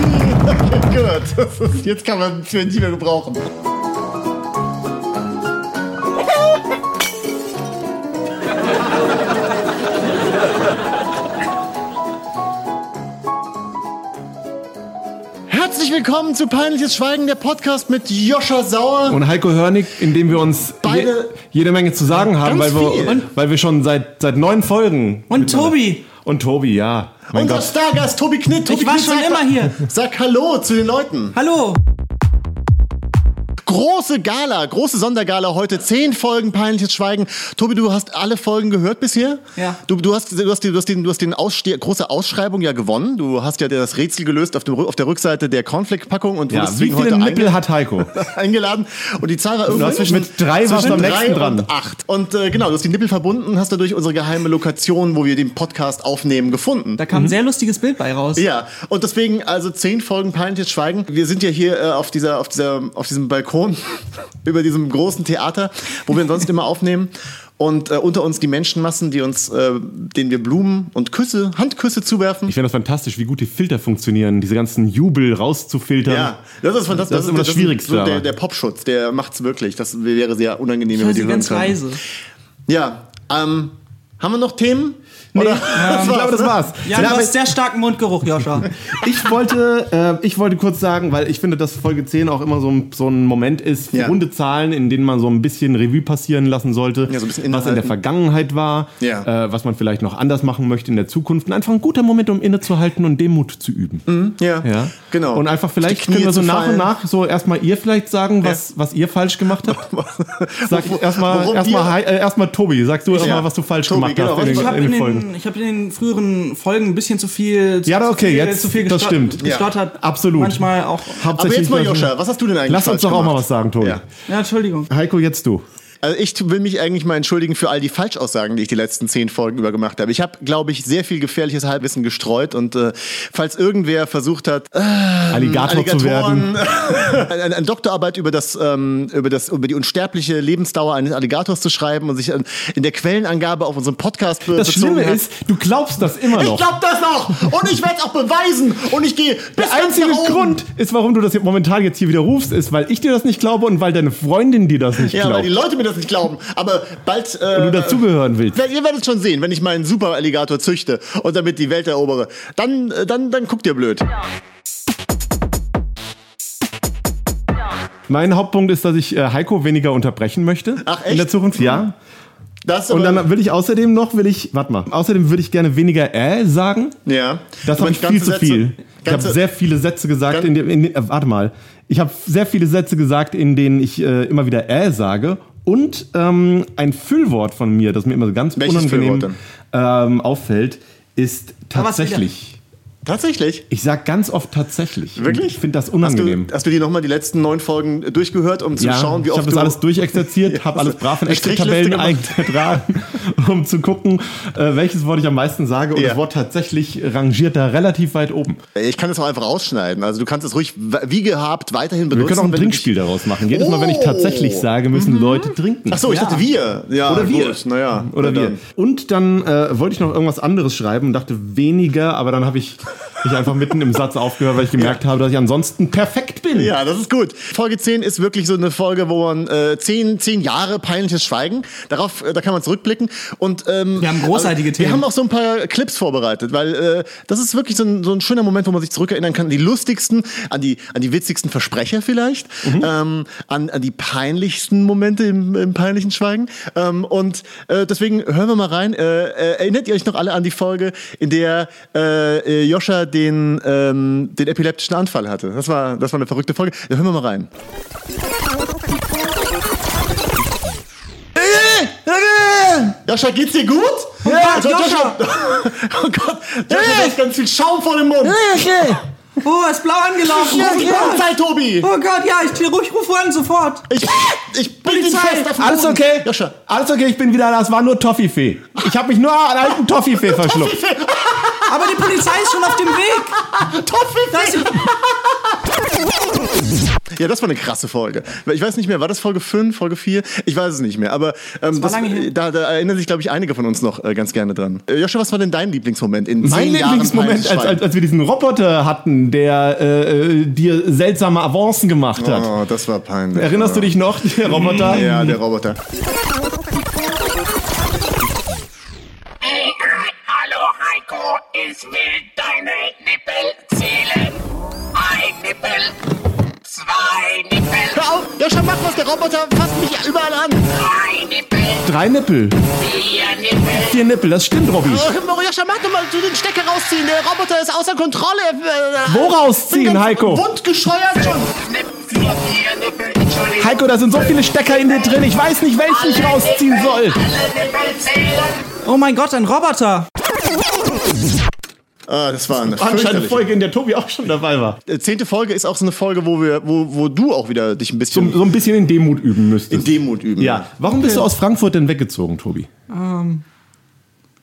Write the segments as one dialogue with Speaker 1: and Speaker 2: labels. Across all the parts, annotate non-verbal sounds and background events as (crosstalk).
Speaker 1: viel (laughs) zu laut. Gut, das ist, jetzt kann man es nicht mehr gebrauchen. Herzlich willkommen zu Peinliches Schweigen, der Podcast mit Joscha Sauer.
Speaker 2: Und Heiko Hörnig, indem wir uns
Speaker 1: Beide-
Speaker 2: je, jede Menge zu sagen haben,
Speaker 1: Ganz
Speaker 2: weil
Speaker 1: viel.
Speaker 2: wir, weil wir schon seit, seit neun Folgen.
Speaker 3: Und
Speaker 2: miteinander-
Speaker 3: Tobi.
Speaker 2: Und Tobi, ja. Mein
Speaker 1: Unser
Speaker 2: Gott.
Speaker 1: Stargast Tobi Knitt. Tobi
Speaker 3: Ich war
Speaker 1: Knitt,
Speaker 3: schon
Speaker 1: sag-
Speaker 3: immer hier.
Speaker 2: (laughs)
Speaker 1: Sag Hallo zu den Leuten.
Speaker 3: Hallo.
Speaker 1: Große Gala, große Sondergala heute. Zehn Folgen peinliches Schweigen. Tobi, du hast alle Folgen gehört bisher.
Speaker 3: Ja.
Speaker 1: Du, du hast, du hast, die- du hast den, du hast den Ausste große Ausschreibung ja gewonnen. Du hast ja das Rätsel gelöst auf, dem, Rü- auf der Rückseite der Cornflake-Packung und
Speaker 2: Ja,
Speaker 1: wurdest
Speaker 2: wie
Speaker 1: deswegen
Speaker 2: viele
Speaker 1: heute
Speaker 2: Nippel
Speaker 1: einge-
Speaker 2: hat Heiko?
Speaker 1: eingeladen. Und die Zahl war irgendwann
Speaker 2: hast mich mit drei warst
Speaker 1: zwischen
Speaker 2: du am nächsten
Speaker 1: drei
Speaker 2: dran.
Speaker 1: Und acht. Und äh, genau, du hast die Nippel verbunden, hast dadurch unsere geheime Lokation, wo wir den Podcast aufnehmen, gefunden.
Speaker 3: Da kam ein sehr lustiges Bild bei raus.
Speaker 1: Ja, und deswegen also zehn Folgen peinliches Schweigen. Wir sind ja hier äh, auf dieser, auf dieser, auf diesem Balkon (laughs) über diesem großen Theater, wo wir ansonsten immer aufnehmen. Und äh, unter uns die Menschenmassen, die uns, äh, denen wir Blumen und Küsse, Handküsse zuwerfen.
Speaker 2: Ich finde das fantastisch, wie gut die Filter funktionieren, diese ganzen Jubel rauszufiltern.
Speaker 1: ja, das ist fantastisch.
Speaker 2: Das ist immer das Schwierigste,
Speaker 1: So der,
Speaker 2: aber.
Speaker 1: der Popschutz, der macht's wirklich. Das wäre sehr unangenehm,
Speaker 3: Ich höre sie
Speaker 1: hören
Speaker 3: ganz
Speaker 1: könnten.
Speaker 3: leise.
Speaker 1: Ja, ähm, haben wir noch Themen? Oder?
Speaker 2: ähm, Ich
Speaker 1: (laughs)
Speaker 2: glaube, das war's.
Speaker 3: Ja,
Speaker 2: Ja,
Speaker 3: du
Speaker 2: aber-
Speaker 3: hast sehr starken Mundgeruch,
Speaker 2: (laughs)
Speaker 3: Joscha.
Speaker 2: Ich wollte, äh, ich wollte kurz sagen, weil ich finde, dass Folge 10 auch immer so ein, so ein Moment ist,
Speaker 1: Ja.
Speaker 2: runde Zahlen, in denen man so ein bisschen Revue passieren lassen sollte,
Speaker 1: Ja, so ein bisschen
Speaker 2: was in der
Speaker 1: innehalten.
Speaker 2: Vergangenheit war,
Speaker 1: Ja.
Speaker 2: äh, was man vielleicht noch anders machen möchte in der Zukunft. Und einfach ein guter Moment, um innezuhalten und Demut zu üben.
Speaker 1: Ja,
Speaker 2: Ja.
Speaker 1: Mhm. genau.
Speaker 2: Und einfach vielleicht
Speaker 1: Auf die Knie
Speaker 2: können wir so
Speaker 1: zu
Speaker 2: nach
Speaker 1: fallen.
Speaker 2: und nach so erstmal ihr vielleicht sagen, was, was ihr falsch gemacht
Speaker 1: (laughs)
Speaker 2: habt. Sag
Speaker 1: Wo-
Speaker 2: erstmal
Speaker 1: worum
Speaker 2: erstmal
Speaker 1: wir-
Speaker 2: Hei- äh, erstmal Tobi, sag du erstmal, was du falsch
Speaker 1: Tobi,
Speaker 2: gemacht
Speaker 1: genau,
Speaker 2: hast in
Speaker 1: was
Speaker 2: den,
Speaker 3: Ich habe
Speaker 2: in
Speaker 3: in,
Speaker 2: den Folgen.
Speaker 3: den- ich hab in den früheren Folgen ein bisschen zu viel, zu,
Speaker 2: Ja, aber okay,
Speaker 3: zu viel,
Speaker 2: jetzt-
Speaker 3: zu viel
Speaker 2: das stimmt.
Speaker 3: gestottert.
Speaker 2: Absolut.
Speaker 3: Manchmal auch.
Speaker 1: Aber jetzt mal,
Speaker 2: lassen-
Speaker 1: Joscha, was hast du denn eigentlich
Speaker 2: Lass
Speaker 1: falsch
Speaker 2: uns doch auch mal
Speaker 1: gemacht?
Speaker 2: was sagen, Tobi.
Speaker 1: Ja.
Speaker 3: Ja, Entschuldigung.
Speaker 2: Heiko, jetzt du.
Speaker 1: Also ich will mich eigentlich mal entschuldigen für all die Falschaussagen, die ich die letzten zehn Folgen über gemacht habe. Ich habe, glaube ich, sehr viel gefährliches Halbwissen gestreut und äh, falls irgendwer versucht hat, äh,
Speaker 2: Alligator, zu werden.
Speaker 1: (laughs) eine, eine Doktorarbeit über das ähm, über das über die unsterbliche Lebensdauer eines Alligators zu schreiben und sich äh, in der Quellenangabe auf unseren Podcast be
Speaker 2: Das
Speaker 1: bezogen
Speaker 2: Schlimme
Speaker 1: hat.
Speaker 2: ist, du glaubst das immer
Speaker 1: ich
Speaker 2: noch.
Speaker 1: glaube das noch und ich werde es auch beweisen und ich gehe bis
Speaker 2: der einzige
Speaker 1: ganz nach oben.
Speaker 2: Grund ist, warum du das jetzt momentan jetzt hier wieder rufst, ist, weil ich dir das nicht glaube und weil deine Freundin dir das nicht
Speaker 1: Ja, weil
Speaker 2: glaubt.
Speaker 1: die Leute mir das nicht glauben. Aber bald. Äh,
Speaker 2: du dazugehören willst.
Speaker 1: Wer- Ihr werdet schon sehen, wenn ich meinen Superalligator züchte und damit die Welt erobere. Dann, äh, dann, dann guckt ihr blöd.
Speaker 2: mein Hauptpunkt ist, dass ich äh, Heiko weniger unterbrechen möchte.
Speaker 1: Ach, echt?
Speaker 2: In der Zukunft, ja.
Speaker 1: Das
Speaker 2: Und
Speaker 1: aber-
Speaker 2: dann will ich außerdem noch, will ich, warte mal, außerdem würde ich gerne weniger äh sagen.
Speaker 1: Ja.
Speaker 2: Das
Speaker 1: Du
Speaker 2: habe ich
Speaker 1: meinst
Speaker 2: viel
Speaker 1: ganze
Speaker 2: zu viel.
Speaker 1: Sätze-
Speaker 2: Ich habe
Speaker 1: ganze-
Speaker 2: sehr viele Sätze gesagt,
Speaker 1: Gan-
Speaker 2: in, dem, in dem, äh, warte mal, ich habe sehr viele Sätze gesagt, in denen ich äh, immer wieder äh sage und ähm, ein Füllwort von mir, das mir immer so ganz
Speaker 1: Welches
Speaker 2: unangenehm
Speaker 1: Füllwort Ah,
Speaker 2: ähm, auffällt, ist
Speaker 3: Aber was
Speaker 2: tatsächlich.
Speaker 1: Tatsächlich.
Speaker 2: Ich sage ganz oft tatsächlich.
Speaker 1: Wirklich?
Speaker 2: Ich finde das unangehm.
Speaker 1: Hast du, hast du dir nochmal die letzten neun Folgen durchgehört, um zu
Speaker 2: ja,
Speaker 1: schauen, wie
Speaker 2: ich
Speaker 1: oft
Speaker 2: habe das
Speaker 1: du (laughs)
Speaker 2: alles durchexerziert, habe alles brav in
Speaker 1: Eine Strichliste
Speaker 2: Excel-Tabellen
Speaker 1: gemacht.
Speaker 2: (laughs) eingetragen, um zu gucken, äh, welches Wort ich am meisten sage. Und
Speaker 1: Ja.
Speaker 2: das Wort tatsächlich rangiert da relativ weit oben.
Speaker 1: Ich kann das auch einfach rausschneiden. Also du kannst es ruhig w- wie gehabt weiterhin benutzen.
Speaker 2: Wir können auch ein
Speaker 1: wenn du dich-
Speaker 2: Trinkspiel daraus machen. Jedes Mal, wenn ich
Speaker 1: Oh.
Speaker 2: tatsächlich sage, müssen Leute trinken.
Speaker 1: Ach so, ich dachte wir. Ja,
Speaker 2: Oder wir.
Speaker 1: Gut, naja.
Speaker 2: Oder
Speaker 1: na
Speaker 2: wir.
Speaker 1: dann.
Speaker 2: Und dann äh, wollte ich noch irgendwas anderes schreiben und dachte weniger, aber dann habe ich mich einfach mitten im Satz aufgehört, weil ich gemerkt habe, dass ich ansonsten perfekt bin.
Speaker 1: Ja, das ist gut. Folge 10 ist wirklich so eine Folge, wo man äh, 10, 10 Jahre peinliches Schweigen, darauf, äh, da kann man zurückblicken. Und, ähm,
Speaker 3: Wir haben großartige
Speaker 1: also, Wir
Speaker 3: Themen.
Speaker 1: haben auch so ein paar Clips vorbereitet, weil äh, das ist wirklich so ein, so ein schöner Moment, wo man sich zurückerinnern kann an die lustigsten, an die, an die witzigsten Versprecher vielleicht,
Speaker 3: Mhm.
Speaker 1: ähm, an, an die peinlichsten Momente im, im peinlichen Schweigen. Ähm, und äh, deswegen hören wir mal rein. Äh, äh, erinnert ihr euch noch alle an die Folge, in der äh, äh, Joscha den, ähm, den epileptischen Anfall hatte? Das war, das war eine verrückte Folge. Ja, hören wir mal rein. Joscha, geht's dir gut?
Speaker 3: Ja, Joscha.
Speaker 1: (laughs) Oh Gott, Joscha, du hast ganz viel Schaum vor dem Mund.
Speaker 3: Oh, er ist blau angelaufen.
Speaker 1: Ja,
Speaker 3: oh,
Speaker 1: die
Speaker 3: Gott.
Speaker 1: Polizei, Tobi!
Speaker 3: oh Gott, ja, ich ruhig rufe an, sofort.
Speaker 1: Ich, ich bin
Speaker 3: Polizei,
Speaker 1: fest auf dem
Speaker 2: Alles
Speaker 1: Boden.
Speaker 2: okay?
Speaker 1: Joscha,
Speaker 2: Alles okay, ich bin wieder da. Es war nur Toffifee. Ich habe mich nur an alten (laughs) Toffifee verschluckt.
Speaker 3: Aber die Polizei ist schon auf dem Weg.
Speaker 2: (laughs)
Speaker 1: Toffifee!
Speaker 3: Da ist die-
Speaker 1: Ja, das war eine krasse Folge. Ich weiß nicht mehr, war das Folge 5, Folge 4? Ich weiß es nicht mehr, aber ähm, das
Speaker 3: lange her.
Speaker 1: da, da erinnern sich, glaube ich, einige von uns noch äh, ganz gerne dran. Äh, Joscha, was war denn dein Lieblingsmoment in
Speaker 2: Mein
Speaker 1: zehn Jahren
Speaker 2: Lieblingsmoment,
Speaker 1: Peinlichschwein?
Speaker 2: als, als, als wir diesen Roboter hatten, der äh, äh, dir seltsame Avancen gemacht hat.
Speaker 1: Oh, das war peinlich.
Speaker 2: Erinnerst du dich noch, der Roboter?
Speaker 1: Ja, der Roboter.
Speaker 4: Hey, hey, hallo Heiko, ich will deine Nippel zählen. Ein Nippel, zwei Nippel,
Speaker 1: Hör auf! Joscha, mach was, der Roboter fasst mich überall an!
Speaker 4: drei Nippel,
Speaker 2: Drei Nippel.
Speaker 4: vier Nippel.
Speaker 2: Vier Nippel, das stimmt, Robby.
Speaker 1: Oh, Joscha, mach doch mal du den Stecker rausziehen, der Roboter ist außer Kontrolle! Äh,
Speaker 2: Wo rausziehen, Heiko?
Speaker 1: Wund gescheuert schon!
Speaker 4: Nippel, vier, vier Nippel,
Speaker 1: Halt
Speaker 4: Entschuldigung.
Speaker 2: Heiko, da sind so viele Stecker in dir drin. Ich weiß nicht, welchen ich rausziehen soll.
Speaker 4: Alle Nippel zählen.
Speaker 3: Oh mein Gott, ein Roboter.
Speaker 1: Ah, das war eine
Speaker 2: Anscheinend eine
Speaker 1: fürchterliche-
Speaker 2: Folge, in der Tobi auch schon dabei war.
Speaker 1: Äh, Zehnte Folge ist auch so eine Folge, wo, wir, wo, wo du auch wieder dich ein
Speaker 2: So,
Speaker 1: bisschen
Speaker 2: so ein bisschen in Demut üben
Speaker 1: in
Speaker 2: müsstest.
Speaker 1: Demut üben
Speaker 2: ja. Warum bist du aus Frankfurt denn weggezogen, Tobi?
Speaker 3: Ähm,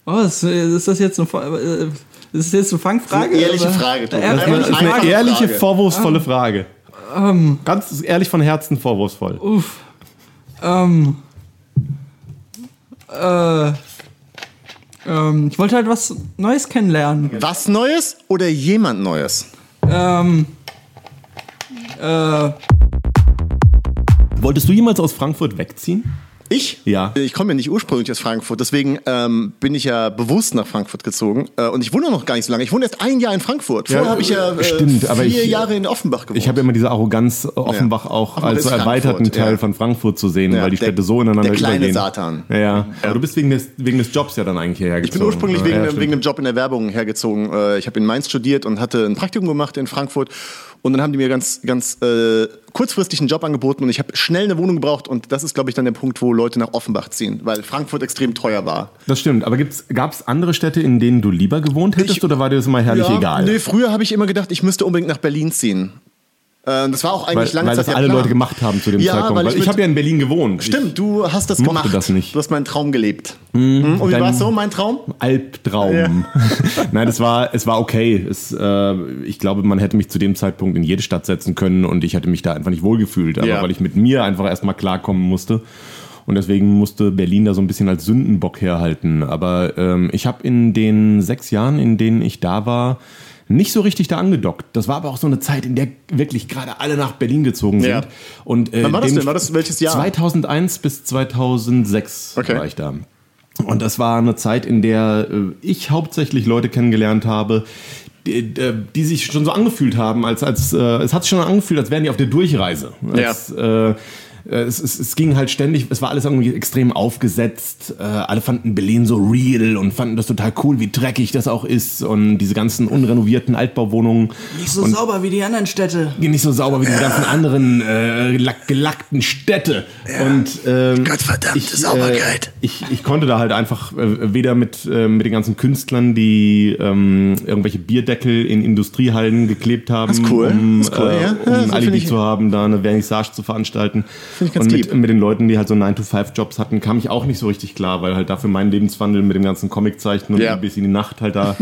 Speaker 3: Oh, ist, ist das jetzt eine, Fo- äh, ist das jetzt eine Fangfrage?
Speaker 1: Eine ehrliche
Speaker 3: oder?
Speaker 1: Frage, Tobi.
Speaker 3: Ja,
Speaker 2: Das ist eine,
Speaker 1: Eine
Speaker 2: ist eine
Speaker 1: einfache
Speaker 2: ehrliche,
Speaker 1: Frage. Ähm.
Speaker 2: vorwurfsvolle Frage. Ganz ehrlich von Herzen vorwurfsvoll.
Speaker 3: Uff. Ähm. Äh. Ähm, ich wollte halt was Neues kennenlernen.
Speaker 1: Was Neues oder jemand Neues?
Speaker 3: Ähm. Äh.
Speaker 1: Äh.
Speaker 2: Wolltest du jemals aus Frankfurt wegziehen?
Speaker 1: Ich?
Speaker 2: Ja.
Speaker 1: Ich komme ja nicht ursprünglich aus Frankfurt, deswegen ähm, bin ich ja bewusst nach Frankfurt gezogen. Äh, und ich wohne noch gar nicht so lange. Ich wohne erst ein Jahr in Frankfurt. Vorher
Speaker 2: Ja,
Speaker 1: habe ich ja äh,
Speaker 2: stimmt,
Speaker 1: vier
Speaker 2: aber ich-
Speaker 1: Jahre in Offenbach gewohnt.
Speaker 2: Ich habe immer diese Arroganz, äh, Offenbach auch
Speaker 1: Offenbach
Speaker 2: als so
Speaker 1: ist
Speaker 2: erweiterten
Speaker 1: Frankfurt,
Speaker 2: Teil
Speaker 1: ja.
Speaker 2: von Frankfurt zu sehen,
Speaker 1: Ja,
Speaker 2: weil die
Speaker 1: der-
Speaker 2: Städte so ineinander
Speaker 1: der kleine
Speaker 2: übergehen.
Speaker 1: Satan.
Speaker 2: Ja, ja. Aber du bist wegen des, wegen des Jobs ja dann eigentlich
Speaker 1: ich bin
Speaker 2: hergezogen.
Speaker 1: ursprünglich wegen,
Speaker 2: ja,
Speaker 1: einem-
Speaker 2: stimmt.
Speaker 1: wegen einem Job in der Werbung hergezogen. Äh, Ich habe in Mainz studiert und hatte ein Praktikum gemacht in Frankfurt. Und dann haben die mir ganz, ganz äh, kurzfristig einen Job angeboten und ich habe schnell eine Wohnung gebraucht. Und das ist, glaube ich, dann der Punkt, wo Leute nach Offenbach ziehen, weil Frankfurt extrem teuer war.
Speaker 2: Das stimmt, aber gab es andere Städte, in denen du lieber gewohnt hättest
Speaker 1: Ich-
Speaker 2: oder war dir das immer herrlich egal?
Speaker 1: Nee, früher habe ich immer gedacht, ich müsste unbedingt nach Berlin ziehen. Äh, das war auch
Speaker 2: weil
Speaker 1: eigentlich lange
Speaker 2: weil
Speaker 1: Zeit
Speaker 2: das
Speaker 1: der
Speaker 2: alle
Speaker 1: Plan.
Speaker 2: Leute gemacht haben zu dem
Speaker 1: ja,
Speaker 2: Zeitpunkt.
Speaker 1: Weil
Speaker 2: Weil ich
Speaker 1: mit-
Speaker 2: habe ja in Berlin gewohnt.
Speaker 1: Stimmt, du hast das
Speaker 2: mochte
Speaker 1: gemacht.
Speaker 2: das nicht.
Speaker 1: Du hast meinen Traum gelebt. Mhm. Und wie
Speaker 2: dein-
Speaker 1: war es so, mein Traum?
Speaker 2: Albtraum. (laughs) Nein, das war, es war okay. Es, äh, ich glaube, man hätte mich zu dem Zeitpunkt in jede Stadt setzen können und ich hätte mich da einfach nicht wohlgefühlt, aber
Speaker 1: Ja.
Speaker 2: weil ich mit mir einfach erstmal klarkommen musste. Und deswegen musste Berlin da so ein bisschen als Sündenbock herhalten. Aber ähm, ich habe in den sechs Jahren, in denen ich da war, nicht so richtig da angedockt. Das war aber auch so eine Zeit, in der wirklich gerade alle nach Berlin gezogen sind.
Speaker 1: Ja.
Speaker 2: Und, äh,
Speaker 1: Wann war das
Speaker 2: dem-
Speaker 1: denn? War das welches Jahr?
Speaker 2: 2001 bis 2006
Speaker 1: Okay.
Speaker 2: war ich da. Und das war eine Zeit, in der äh, ich hauptsächlich Leute kennengelernt habe, die, äh, die sich schon so angefühlt haben, als, als äh, es hat sich schon angefühlt, als wären die auf der Durchreise. Als, äh, es, es, es ging halt ständig, es war alles irgendwie extrem aufgesetzt. Äh, alle fanden Berlin so real und fanden das total cool, wie dreckig das auch ist und diese ganzen unrenovierten Altbauwohnungen.
Speaker 3: Nicht so sauber wie die anderen Städte.
Speaker 2: Gehen nicht so sauber wie die ganzen anderen äh, gelack- gelackten Städte. Und, ähm,
Speaker 1: Gottverdammte
Speaker 2: ich,
Speaker 1: Sauberkeit.
Speaker 2: Äh, ich, ich konnte da halt einfach äh, weder mit, äh, mit den ganzen Künstlern, die ähm, irgendwelche Bierdeckel in Industriehallen geklebt haben,
Speaker 1: ist cool.
Speaker 2: um,
Speaker 1: Das ist cool,
Speaker 2: äh,
Speaker 1: ja. Ja,
Speaker 2: um
Speaker 1: so
Speaker 2: ein
Speaker 1: find
Speaker 2: Alibi
Speaker 1: ich-
Speaker 2: zu haben, da eine Vernissage zu veranstalten.
Speaker 1: Find ich ganz
Speaker 2: Und mit,
Speaker 1: lieb.
Speaker 2: mit den Leuten, die halt so 9-to-5-Jobs hatten, kam ich auch nicht so richtig klar, weil halt dafür mein Lebenswandel mit dem ganzen Comiczeichnen und
Speaker 1: Ja.
Speaker 2: ein bisschen die Nacht
Speaker 1: (laughs)
Speaker 2: halt da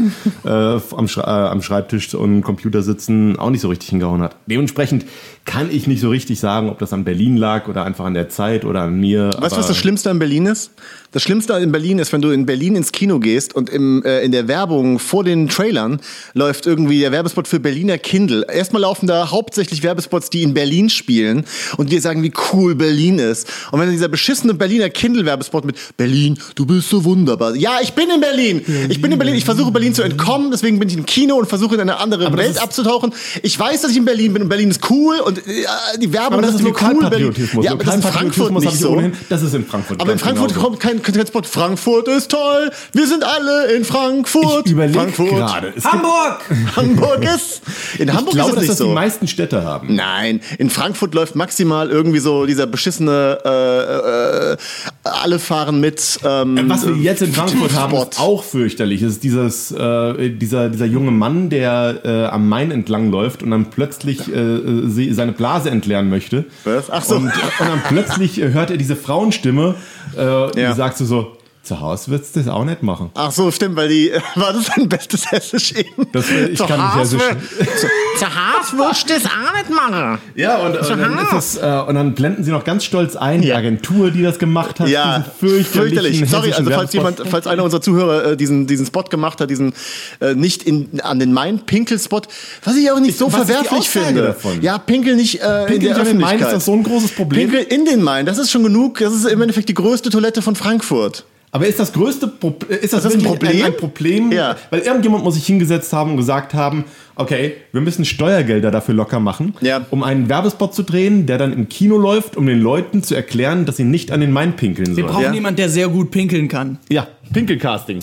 Speaker 2: äh, am, Schre- äh, am Schreibtisch und Computer sitzen auch nicht so richtig hingehauen hat. Dementsprechend kann ich nicht so richtig sagen, ob das an Berlin lag oder einfach an der Zeit oder an mir.
Speaker 1: Weißt du,
Speaker 2: aber
Speaker 1: was das Schlimmste an Berlin ist? Das Schlimmste in Berlin ist, wenn du in Berlin ins Kino gehst und im, äh, in der Werbung vor den Trailern läuft irgendwie der Werbespot für Berliner Kindle. Erstmal laufen da hauptsächlich Werbespots, die in Berlin spielen und dir sagen, wie cool Berlin ist. Und wenn dann dieser beschissene Berliner Kindle-Werbespot mit Berlin, du bist so wunderbar. Ja, ich bin in Berlin. Ich bin in Berlin. Ich versuche Berlin zu entkommen. Deswegen bin ich im Kino und versuche in eine andere Welt abzutauchen. Ich weiß, dass ich in Berlin bin und Berlin ist cool und Und äh, die Werbung
Speaker 2: Aber das
Speaker 1: ist
Speaker 2: ist
Speaker 1: wie cool, wenn,
Speaker 2: Lokalpatriotismus.
Speaker 1: ja, aber das ist in Frankfurt
Speaker 2: Lokalpatriotismus hab
Speaker 1: nicht
Speaker 2: ich
Speaker 1: so.
Speaker 2: ohnehin. Das ist in Frankfurt.
Speaker 1: Aber in
Speaker 2: ganz genau
Speaker 1: Frankfurt
Speaker 2: genauso.
Speaker 1: kommt kein Transport. Frankfurt ist toll. Wir sind alle in Frankfurt.
Speaker 2: Ich überlege
Speaker 1: Frankfurt.
Speaker 2: gerade. Es gibt-
Speaker 3: Hamburg!
Speaker 1: Hamburg ist. In
Speaker 2: (laughs) Ich
Speaker 1: Hamburg
Speaker 2: glaube,
Speaker 1: ist das
Speaker 2: dass
Speaker 1: nicht
Speaker 2: das die
Speaker 1: so.
Speaker 2: meisten Städte haben.
Speaker 1: Nein, in Frankfurt läuft maximal irgendwie so dieser beschissene äh, äh, alle fahren mit. Ähm,
Speaker 2: Was wir jetzt in Frankfurt haben,
Speaker 1: Sport.
Speaker 2: ist auch fürchterlich. Es ist dieses, äh, dieser, dieser junge Mann, der äh, am Main entlang läuft und dann plötzlich äh, äh, sie, seine Blase entleeren möchte.
Speaker 1: Was? Ach so.
Speaker 2: Und, und dann plötzlich äh, hört er diese Frauenstimme, äh,
Speaker 1: Ja.
Speaker 2: die sagt so, so, zu Hause würdest du das auch nicht machen.
Speaker 1: Ach so, stimmt, weil die (laughs) war das dein bestes Hessisch eben.
Speaker 2: Das, äh, ich
Speaker 1: Zu
Speaker 2: kann nicht
Speaker 1: Hause-
Speaker 2: Hessisch.
Speaker 1: zu- Zu Hause wirst du es auch nicht machen.
Speaker 2: Ja, und, und, dann, ist das, äh, und dann blenden sie noch ganz stolz ein, die
Speaker 1: Ja.
Speaker 2: Agentur, die das gemacht hat.
Speaker 1: Ja,
Speaker 2: diesen fürchterlichen
Speaker 1: Sorry,
Speaker 2: hessischen
Speaker 1: also falls
Speaker 2: Werbespot.
Speaker 1: jemand, falls einer unserer Zuhörer äh, diesen, diesen Spot gemacht hat, diesen äh, nicht in, an den Main-Pinkel-Spot, was ich auch nicht so
Speaker 2: Was ist die
Speaker 1: verwerflich
Speaker 2: Aussage
Speaker 1: finde.
Speaker 2: davon?
Speaker 1: Ja, Pinkel nicht äh, in
Speaker 2: Pinkel
Speaker 1: der
Speaker 2: nicht an den Main,
Speaker 1: Öffentlichkeit.
Speaker 2: ist das so ein großes Problem?
Speaker 1: Pinkel in den Main, das ist schon genug. Das ist im Endeffekt die größte Toilette von Frankfurt.
Speaker 2: Aber ist das größte Problem, ist das,
Speaker 1: das ein
Speaker 2: wirklich
Speaker 1: Problem?
Speaker 2: Ein, ein Problem?
Speaker 1: Ja.
Speaker 2: Weil irgendjemand muss sich hingesetzt haben und gesagt haben, okay, wir müssen Steuergelder dafür locker machen,
Speaker 1: Ja.
Speaker 2: um einen Werbespot zu drehen, der dann im Kino läuft, um den Leuten zu erklären, dass sie nicht an den Main pinkeln
Speaker 3: Wir
Speaker 2: sollen.
Speaker 3: brauchen
Speaker 1: Ja.
Speaker 3: jemanden, der sehr gut pinkeln kann.
Speaker 2: Ja, Pinkelcasting.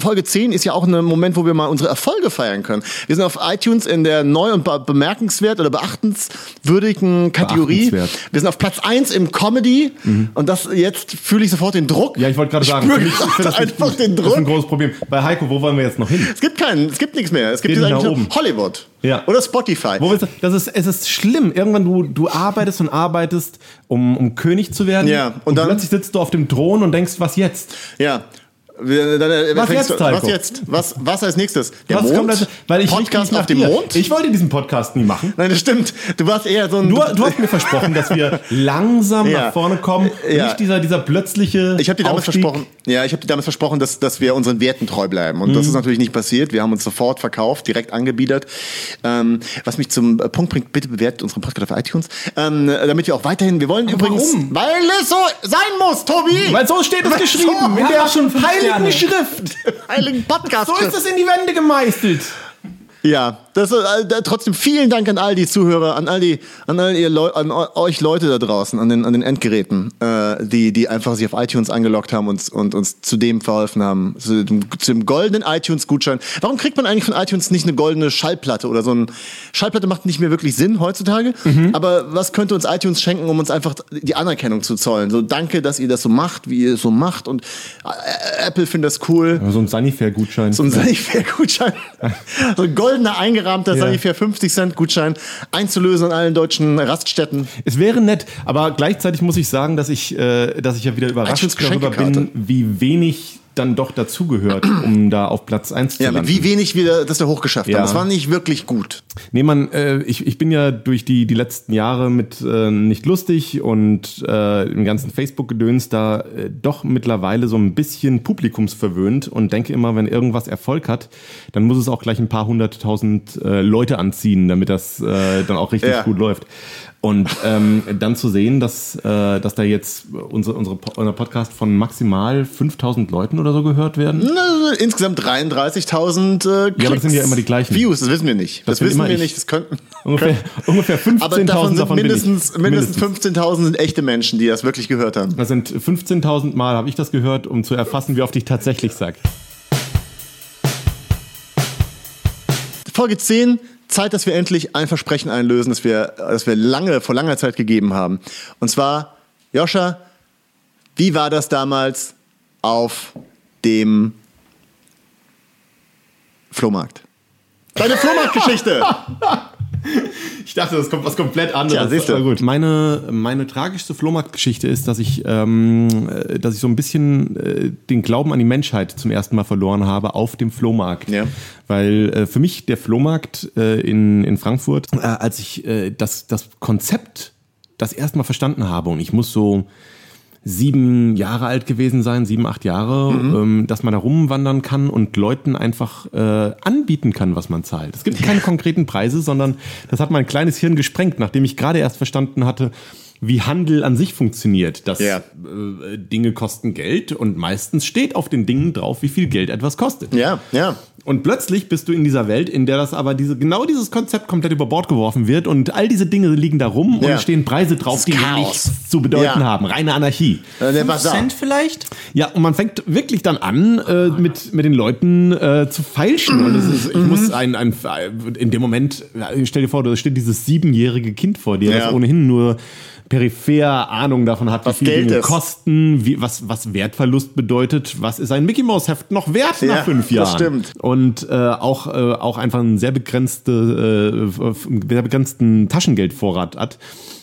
Speaker 1: Folge 10 ist ja auch ein Moment, wo wir mal unsere Erfolge feiern können. Wir sind auf iTunes in der neu und be bemerkenswert oder beachtenswürdigen Kategorie.
Speaker 2: Beachtenswert. Mhm.
Speaker 1: Wir sind auf Platz 1 im Comedy und das jetzt fühle ich sofort den Druck.
Speaker 2: Ja, ich wollte gerade sagen,
Speaker 1: spüre
Speaker 2: für mich- ich finde
Speaker 1: gerade
Speaker 2: das nicht
Speaker 1: einfach
Speaker 2: gut.
Speaker 1: den
Speaker 2: Das ist ein
Speaker 1: Druck.
Speaker 2: großes Problem. Bei Heiko, wo wollen wir jetzt noch hin?
Speaker 1: Es gibt keinen, es gibt nichts mehr. Es gibt
Speaker 2: Geht
Speaker 1: jetzt
Speaker 2: nicht
Speaker 1: eigentlich
Speaker 2: nach
Speaker 1: nur
Speaker 2: oben.
Speaker 1: Hollywood
Speaker 2: Ja.
Speaker 1: oder Spotify.
Speaker 2: Wo willst du, das ist, es ist schlimm. Irgendwann du, du arbeitest und arbeitest, um, um König zu werden.
Speaker 1: Ja, und
Speaker 2: und
Speaker 1: dann-
Speaker 2: plötzlich sitzt du auf dem Thron und denkst, was jetzt?
Speaker 1: Ja. Wir- Dann, äh,
Speaker 2: Was
Speaker 1: fängst
Speaker 2: jetzt,
Speaker 1: du, was
Speaker 2: Heiko?
Speaker 1: jetzt? Was, was als nächstes? Der
Speaker 2: was
Speaker 1: Mond?
Speaker 2: als- weil ich richte mich
Speaker 1: Podcast
Speaker 2: nach
Speaker 1: auf dem
Speaker 2: dir.
Speaker 1: Mond?
Speaker 2: Ich wollte diesen Podcast
Speaker 1: (laughs)
Speaker 2: nie machen.
Speaker 1: Nein, das stimmt. Du warst eher so ein.
Speaker 2: Du, du hast mir versprochen, dass wir langsam
Speaker 1: Ja.
Speaker 2: nach vorne kommen.
Speaker 1: Ja.
Speaker 2: Nicht dieser, dieser plötzliche.
Speaker 1: Ich habe dir damals
Speaker 2: Aufstieg.
Speaker 1: versprochen, ja, ich habe dir damals versprochen, dass, dass wir unseren Werten treu bleiben. Und
Speaker 2: Mhm.
Speaker 1: das ist natürlich nicht passiert. Wir haben uns sofort verkauft, direkt angebiedert. Ähm, was mich zum äh, Punkt bringt, bitte bewertet unseren Podcast auf iTunes, ähm, äh, damit wir auch weiterhin, wir wollen übrigens,
Speaker 3: warum?
Speaker 1: weil es so sein muss, Tobi!
Speaker 2: Weil so steht es
Speaker 1: Weil
Speaker 2: geschrieben.
Speaker 1: so-
Speaker 2: in
Speaker 3: haben
Speaker 2: der
Speaker 3: auch schon fünf
Speaker 2: heiligen
Speaker 3: Sterne.
Speaker 1: (laughs)
Speaker 2: Schrift.
Speaker 1: Heiligen Podcast.
Speaker 2: So ist es in die Wände gemeißelt.
Speaker 1: Ja, das, ist, äh, da- trotzdem vielen Dank an all die Zuhörer, an all die, an all ihr Leu an eu- euch Leute da draußen, an den, an den Endgeräten, äh, die, die einfach sich auf iTunes angelockt haben und, und uns zu dem verholfen haben, zu dem, zu dem goldenen iTunes-Gutschein. Warum kriegt man eigentlich von iTunes nicht eine goldene Schallplatte oder so ein Schallplatte macht nicht mehr wirklich Sinn heutzutage, aber was könnte uns iTunes schenken, um uns einfach die Anerkennung zu zollen? So danke, dass ihr das so macht, wie ihr es so macht und äh, Apple findet das cool.
Speaker 2: So ein Sunnyfair-Gutschein.
Speaker 1: So ein Sanifair-Gutschein, so ein goldener, eingerahmter
Speaker 2: Ja.
Speaker 1: Sanifair 50-Cent-Gutschein einzulösen an allen deutschen Raststätten.
Speaker 2: Es wäre nett, aber gleichzeitig muss ich sagen, dass ich, äh, dass ich ja wieder
Speaker 1: iTunes
Speaker 2: überrascht darüber
Speaker 1: Geschenkekarte.
Speaker 2: bin, wie wenig dann doch dazugehört, um da auf Platz 1 zu
Speaker 1: Ja,
Speaker 2: landen.
Speaker 1: mit wie wenig wir das da hochgeschafft
Speaker 2: Ja.
Speaker 1: haben. Das war nicht wirklich gut.
Speaker 2: Nee, man, äh, ich, ich bin ja durch die, die letzten Jahre mit äh, nicht lustig und äh, dem ganzen Facebook-Gedöns da äh, doch mittlerweile so ein bisschen publikumsverwöhnt und denke immer, wenn irgendwas Erfolg hat, dann muss es auch gleich ein paar hunderttausend äh, Leute anziehen, damit das äh, dann auch richtig
Speaker 1: Ja.
Speaker 2: gut läuft. Und ähm, dann zu sehen, dass, äh, dass da jetzt unsere, unsere, Po- unser Podcast von maximal 5000 Leuten oder so gehört werden.
Speaker 1: Na, Insgesamt 33.000 äh, Klicks.
Speaker 2: das sind ja immer die gleichen.
Speaker 1: Views, das wissen wir nicht. Das,
Speaker 2: bin
Speaker 1: wissen
Speaker 2: immer
Speaker 1: wir
Speaker 2: ich.
Speaker 1: nicht. Das könnten.
Speaker 2: Ungefähr, ungefähr 15.000
Speaker 1: Aber davon sind
Speaker 2: davon bin ich.
Speaker 1: mindestens, mindestens 15.000 sind echte Menschen, die das wirklich gehört haben.
Speaker 2: Das sind 15.000 Mal, habe ich das gehört, um zu erfassen, wie oft ich tatsächlich sag.
Speaker 1: Folge 10, Zeit, dass wir endlich ein Versprechen einlösen, das wir, das wir lange, vor langer Zeit gegeben haben. Und zwar, Joscha, wie war das damals auf dem Flohmarkt? Deine Flohmarktgeschichte!
Speaker 2: Ich dachte, das kommt was komplett anderes.
Speaker 1: Tja, siehst du.
Speaker 2: Aber gut. Meine, meine tragischste Flohmarktgeschichte ist, dass ich, ähm, äh, dass ich so ein bisschen äh, den Glauben an die Menschheit zum ersten Mal verloren habe auf dem Flohmarkt.
Speaker 1: Ja.
Speaker 2: Weil äh, für mich der Flohmarkt äh, in, in Frankfurt, äh, als ich äh, das, das Konzept das erste Mal verstanden habe und ich muss so sieben Jahre alt gewesen sein, sieben, acht Jahre,
Speaker 1: Mhm.
Speaker 2: ähm, dass man da rumwandern kann und Leuten einfach äh, anbieten kann, was man zahlt. Es gibt keine konkreten Preise, sondern das hat mein kleines Hirn gesprengt, nachdem ich gerade erst verstanden hatte, wie Handel an sich funktioniert. Dass
Speaker 1: Ja.
Speaker 2: äh, Dinge kosten Geld und meistens steht auf den Dingen drauf, wie viel Geld etwas kostet.
Speaker 1: Ja, ja.
Speaker 2: Und plötzlich bist du in dieser Welt, in der das aber diese, genau dieses Konzept komplett über Bord geworfen wird und all diese Dinge liegen da rum und
Speaker 1: Ja.
Speaker 2: es stehen Preise drauf, die
Speaker 1: Chaos.
Speaker 2: nichts zu bedeuten
Speaker 1: Ja.
Speaker 2: haben. Reine Anarchie.
Speaker 1: Äh, Der Bazar.
Speaker 3: Cent vielleicht?
Speaker 2: Ja, und man fängt wirklich dann an, äh, mit, mit den Leuten äh, zu feilschen. Und es ist, ich muss
Speaker 1: Mhm.
Speaker 2: ein, ein, in dem Moment, äh, stell dir vor, da steht dieses siebenjährige Kind vor dir,
Speaker 1: Ja.
Speaker 2: das ohnehin nur peripher Ahnung davon hat,
Speaker 1: Was
Speaker 2: wie viel
Speaker 1: Geld
Speaker 2: Dinge
Speaker 1: ist.
Speaker 2: kosten, wie, was, was Wertverlust bedeutet, was ist ein Mickey Mouse Heft noch wert
Speaker 1: Ja,
Speaker 2: nach fünf
Speaker 1: das
Speaker 2: Jahren.
Speaker 1: stimmt.
Speaker 2: Und äh, auch, äh, auch einfach einen sehr, begrenzte, äh, f- sehr begrenzten Taschengeldvorrat hat.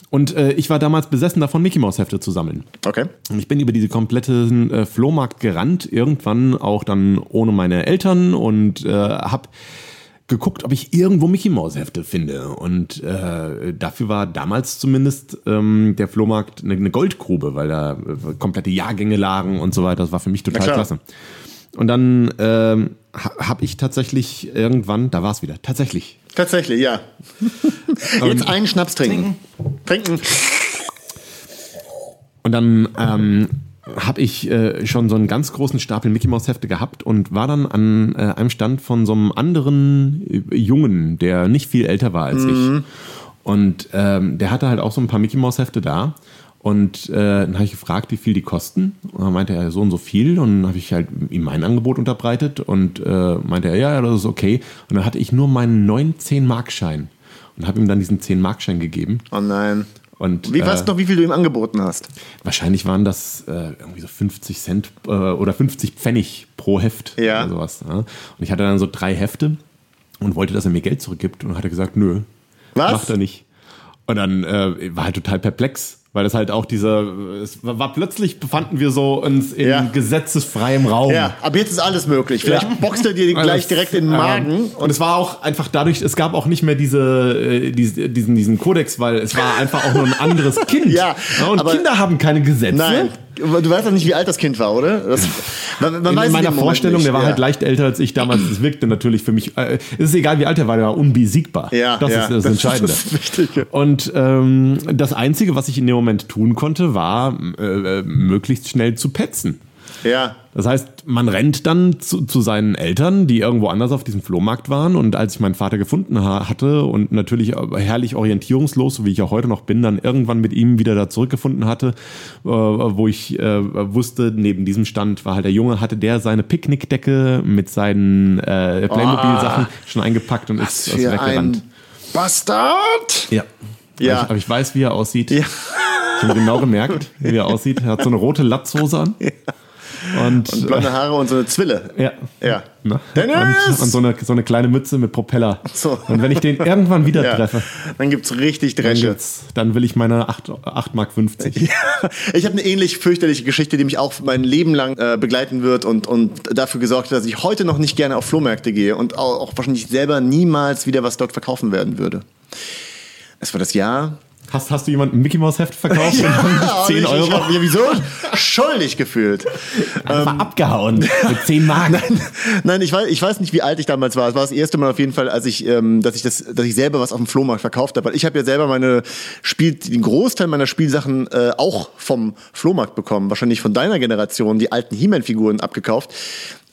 Speaker 2: Und äh, ich war damals besessen davon, Mickey Mouse Hefte zu sammeln.
Speaker 1: Okay.
Speaker 2: Und ich bin über diese kompletten äh, Flohmarkt gerannt, irgendwann auch dann ohne meine Eltern und äh, habe geguckt, ob ich irgendwo Mickey Mouse Hefte finde. Und äh, dafür war damals zumindest ähm, der Flohmarkt eine, eine Goldgrube, weil da äh, komplette Jahrgänge lagen und so weiter. Das war für mich total
Speaker 1: klar.
Speaker 2: klasse. Und dann ähm, habe ich tatsächlich irgendwann, da war es wieder, tatsächlich
Speaker 1: Tatsächlich, ja. Jetzt einen Schnaps trinken. Trinken.
Speaker 2: Und dann ähm, habe ich äh, schon so einen ganz großen Stapel Mickey Mouse Hefte gehabt und war dann an äh, einem Stand von so einem anderen äh, Jungen, der nicht viel älter war als ich. Und ähm, der hatte halt auch so ein paar Mickey Mouse Hefte da. Und äh, dann habe ich gefragt, wie viel die kosten. Und dann meinte er so und so viel. Und dann habe ich halt ihm mein Angebot unterbreitet und äh, meinte er, ja, ja, das ist okay. Und dann hatte ich nur meinen neuen 10-Markschein und habe ihm dann diesen 10-Markschein gegeben.
Speaker 1: Oh nein.
Speaker 2: Und, äh,
Speaker 1: Wie weißt du noch, wie viel du ihm angeboten hast?
Speaker 2: Wahrscheinlich waren das äh, irgendwie so 50 Cent äh, oder 50 Pfennig pro Heft
Speaker 1: Ja.
Speaker 2: oder sowas. Ja? Und ich hatte dann so drei Hefte und wollte, dass er mir Geld zurückgibt und hat er gesagt, nö,
Speaker 1: Was?
Speaker 2: macht er nicht. Und dann äh, war er total perplex, weil das halt auch dieser, es war, war plötzlich befanden wir so uns in
Speaker 1: Ja.
Speaker 2: gesetzesfreiem Raum.
Speaker 1: Ja, ab jetzt ist alles möglich. Vielleicht
Speaker 2: Ja.
Speaker 1: boxt er dir den
Speaker 2: Also
Speaker 1: gleich
Speaker 2: es-
Speaker 1: direkt in den Magen.
Speaker 2: Ähm, und es war auch einfach dadurch, es gab auch nicht mehr diese, äh, diese, diesen, diesen Kodex, weil es war einfach auch nur ein anderes
Speaker 1: (laughs)
Speaker 2: Kind.
Speaker 1: Ja,
Speaker 2: und
Speaker 1: aber-
Speaker 2: Kinder haben keine Gesetze.
Speaker 1: Nein, du weißt doch nicht, wie alt das Kind war, oder? Das, man, man weiß
Speaker 2: in,
Speaker 1: es
Speaker 2: in meiner
Speaker 1: im Moment
Speaker 2: Vorstellung,
Speaker 1: nicht.
Speaker 2: der war
Speaker 1: ja.
Speaker 2: halt leicht älter als ich damals. Das wirkte natürlich für mich. Äh, es ist egal, wie alt er war, der war unbesiegbar.
Speaker 1: Ja,
Speaker 2: das
Speaker 1: ja,
Speaker 2: ist das,
Speaker 1: das ist
Speaker 2: Entscheidende.
Speaker 1: das Wichtige.
Speaker 2: Und ähm, das Einzige, was ich in dem Moment tun konnte, war, äh, äh, möglichst schnell zu petzen.
Speaker 1: Ja.
Speaker 2: Das heißt, man rennt dann zu, zu seinen Eltern, die irgendwo anders auf diesem Flohmarkt waren. Und als ich meinen Vater gefunden ha hatte und natürlich äh, herrlich orientierungslos, so wie ich auch heute noch bin, dann irgendwann mit ihm wieder da zurückgefunden hatte, äh, wo ich äh, wusste, neben diesem Stand war halt der Junge, hatte der seine Picknickdecke mit seinen äh, Playmobil-Sachen
Speaker 1: Oh.
Speaker 2: schon eingepackt und ist, ist
Speaker 1: Für
Speaker 2: weggerannt.
Speaker 1: ein Bastard!
Speaker 2: Ja.
Speaker 1: Ja.
Speaker 2: Aber ich, aber ich weiß, wie er aussieht.
Speaker 1: Ja.
Speaker 2: Ich habe genau gemerkt, wie er aussieht. Er hat so eine rote
Speaker 1: (laughs)
Speaker 2: Latzhose an. Und, und
Speaker 1: Blonde Haare und so eine Zwille.
Speaker 2: Ja.
Speaker 1: Ja.
Speaker 2: Ne?
Speaker 1: Dennis!
Speaker 2: Und, und so, eine, so eine kleine Mütze mit Propeller.
Speaker 1: So.
Speaker 2: Und wenn ich den irgendwann wieder
Speaker 1: (laughs) Ja.
Speaker 2: treffe,
Speaker 1: Dann gibt's richtig
Speaker 2: dann,
Speaker 1: Dresche.
Speaker 2: gibt's, dann will ich meine 8, 8 Mark 50.
Speaker 1: (laughs) Ich habe eine ähnlich fürchterliche Geschichte, die mich auch mein Leben lang äh, begleiten wird und, und dafür gesorgt hat, dass ich heute noch nicht gerne auf Flohmärkte gehe und auch, auch wahrscheinlich selber niemals wieder was dort verkaufen werden würde. Es war das Jahr
Speaker 2: Hast, hast du jemandem ein Mickey Maus Heft verkauft?
Speaker 1: Ja, Ah,
Speaker 2: (laughs) und 10
Speaker 1: ich, Ich
Speaker 2: Euro.
Speaker 1: habe mich sowieso schuldig gefühlt. (laughs)
Speaker 2: Einfach abgehauen. Mit 10 Mark.
Speaker 1: ähm, Nein, ich weiß, ich weiß nicht, wie alt ich damals war. Es war das erste Mal auf jeden Fall, als ich, ähm, dass ich das, dass ich selber was auf dem Flohmarkt verkauft habe. Weil ich habe ja selber meine Spiel, den Großteil meiner Spielsachen äh, auch vom Flohmarkt bekommen. Wahrscheinlich von deiner Generation die alten He-Man-Figuren abgekauft.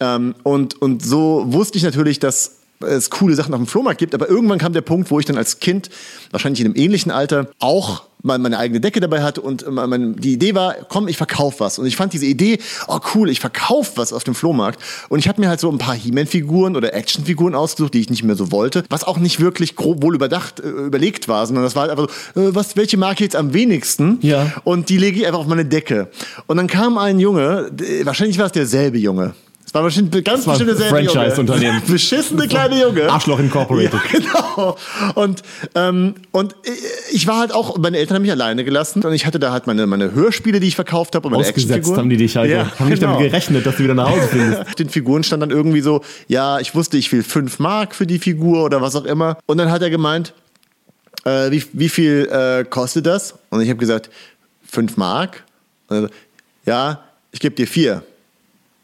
Speaker 1: Ähm, und und so wusste ich natürlich, dass es coole Sachen auf dem Flohmarkt gibt, aber irgendwann kam der Punkt, wo ich dann als Kind, wahrscheinlich in einem ähnlichen Alter, auch mal meine eigene Decke dabei hatte und mein- mein- die Idee war, komm, ich verkauf was. Und ich fand diese Idee, oh cool, ich verkauf was auf dem Flohmarkt. Und ich habe mir halt so ein paar He-Man-Figuren oder Action-Figuren ausgesucht, die ich nicht mehr so wollte, was auch nicht wirklich grob wohl überdacht, äh, überlegt war, sondern das war halt einfach so, äh, was, welche mag ich jetzt am wenigsten?
Speaker 2: Ja.
Speaker 1: Und die lege ich einfach auf meine Decke. Und dann kam ein Junge, d- wahrscheinlich war es derselbe Junge. Es war bestimmt ganz
Speaker 2: war
Speaker 1: bestimmt derselbe Junge.
Speaker 2: Franchise-Unternehmen.
Speaker 1: Beschissene kleine Junge.
Speaker 2: Arschloch Incorporated.
Speaker 1: Ja, (laughs) genau. Und, ähm, und ich- ich war halt auch, meine Eltern haben mich alleine gelassen und ich hatte da halt meine, meine Hörspiele, die ich verkauft habe und meine
Speaker 2: Ausgesetzt
Speaker 1: Actionfiguren.
Speaker 2: haben die dich halt.
Speaker 1: Ja,
Speaker 2: haben nicht
Speaker 1: genau.
Speaker 2: damit gerechnet, dass du wieder nach
Speaker 1: (laughs)
Speaker 2: Hause findest.
Speaker 1: Auf den Figuren stand dann irgendwie so, ja, ich wusste, ich will 5 Mark für die Figur oder was auch immer. Und dann hat er gemeint, äh, wie, wie viel äh, kostet das? Und ich habe gesagt, 5 Mark. Und er so, ja, ich gebe dir 4.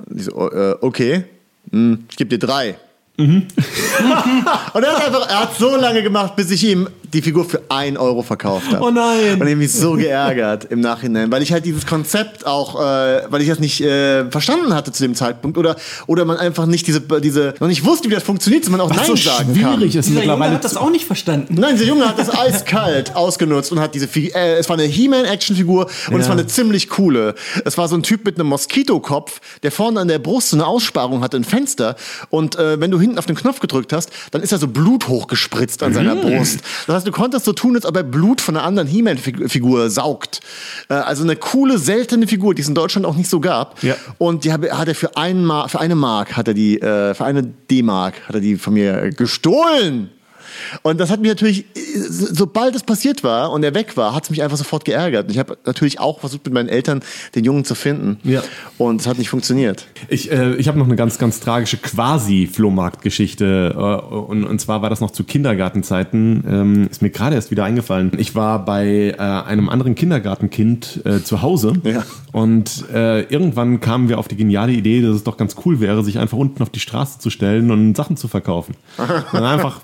Speaker 1: Und ich so, "Oh, äh, okay, (laughs) hm, ich gebe dir 3. Und er hat, einfach, er hat so lange gemacht, bis ich ihm die Figur für 1 Euro verkauft habe.
Speaker 3: Oh nein.
Speaker 1: Und ich hab mich so geärgert im Nachhinein, weil ich halt dieses Konzept auch, äh, weil ich das nicht äh, verstanden hatte zu dem Zeitpunkt oder, oder man einfach nicht diese, diese, noch nicht wusste, wie das funktioniert, dass man auch
Speaker 2: Was
Speaker 1: Nein
Speaker 2: so
Speaker 1: sagen
Speaker 2: schwierig
Speaker 1: kann.
Speaker 2: ist
Speaker 3: Dieser Junge
Speaker 2: mittlerweile.
Speaker 3: hat das auch nicht verstanden.
Speaker 1: Nein, dieser Junge hat das eiskalt ausgenutzt und hat diese Figur, äh, es war eine He-Man-Action-Figur und es war eine ziemlich coole. Es war so ein Typ mit einem Moskitokopf, der vorne an der Brust so eine Aussparung hatte, ein Fenster und äh, wenn du hinten auf den Knopf gedrückt hast, dann ist da so Blut hochgespritzt an seiner Brust. Das heißt, du konntest so tun, als ob er Blut von einer anderen He-Man-Figur saugt. Äh, also eine coole, seltene Figur, die es in Deutschland auch nicht so gab.
Speaker 2: Ja.
Speaker 1: Und die hab- hat er für, einen Mar für eine Mark, hat er die, äh, für eine D-Mark, hat er die von mir äh, gestohlen. Und das hat mich natürlich, äh, so- sobald es passiert war und er weg war, hat es mich einfach sofort geärgert. Und ich habe natürlich auch versucht, mit meinen Eltern den Jungen zu finden.
Speaker 2: Ja.
Speaker 1: Und es hat nicht funktioniert.
Speaker 2: Ich, äh, ich habe noch eine ganz, ganz tragische Quasi-Flohmarkt-Geschichte. Äh, und, und zwar war das noch zu Kindergartenzeiten. Ähm, ist mir gerade erst wieder eingefallen. Ich war bei äh, einem anderen Kindergartenkind äh, zu Hause.
Speaker 1: Ja.
Speaker 2: Und äh, irgendwann kamen wir auf die geniale Idee, dass es doch ganz cool wäre, sich einfach unten auf die Straße zu stellen und Sachen zu verkaufen. Dann einfach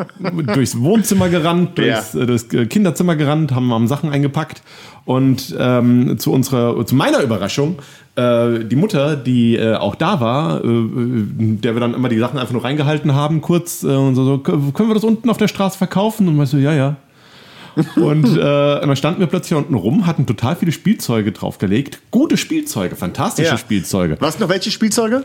Speaker 2: durchs Wohnzimmer gerannt, durchs,
Speaker 1: Ja.
Speaker 2: äh, durchs äh, Kinderzimmer gerannt, haben, haben Sachen eingepackt. Und ähm, zu, unserer, zu meiner Überraschung, äh, die Mutter, die äh, auch da war, äh, äh, der wir dann immer die Sachen einfach nur reingehalten haben, kurz, äh, und so, so, "Kö- können wir das unten auf der Straße verkaufen? Und weißt du, ja, ja, und, äh, und dann standen wir plötzlich unten rum, hatten total viele Spielzeuge draufgelegt. Gute Spielzeuge, fantastische Spielzeuge.
Speaker 1: Was noch welche Spielzeuge?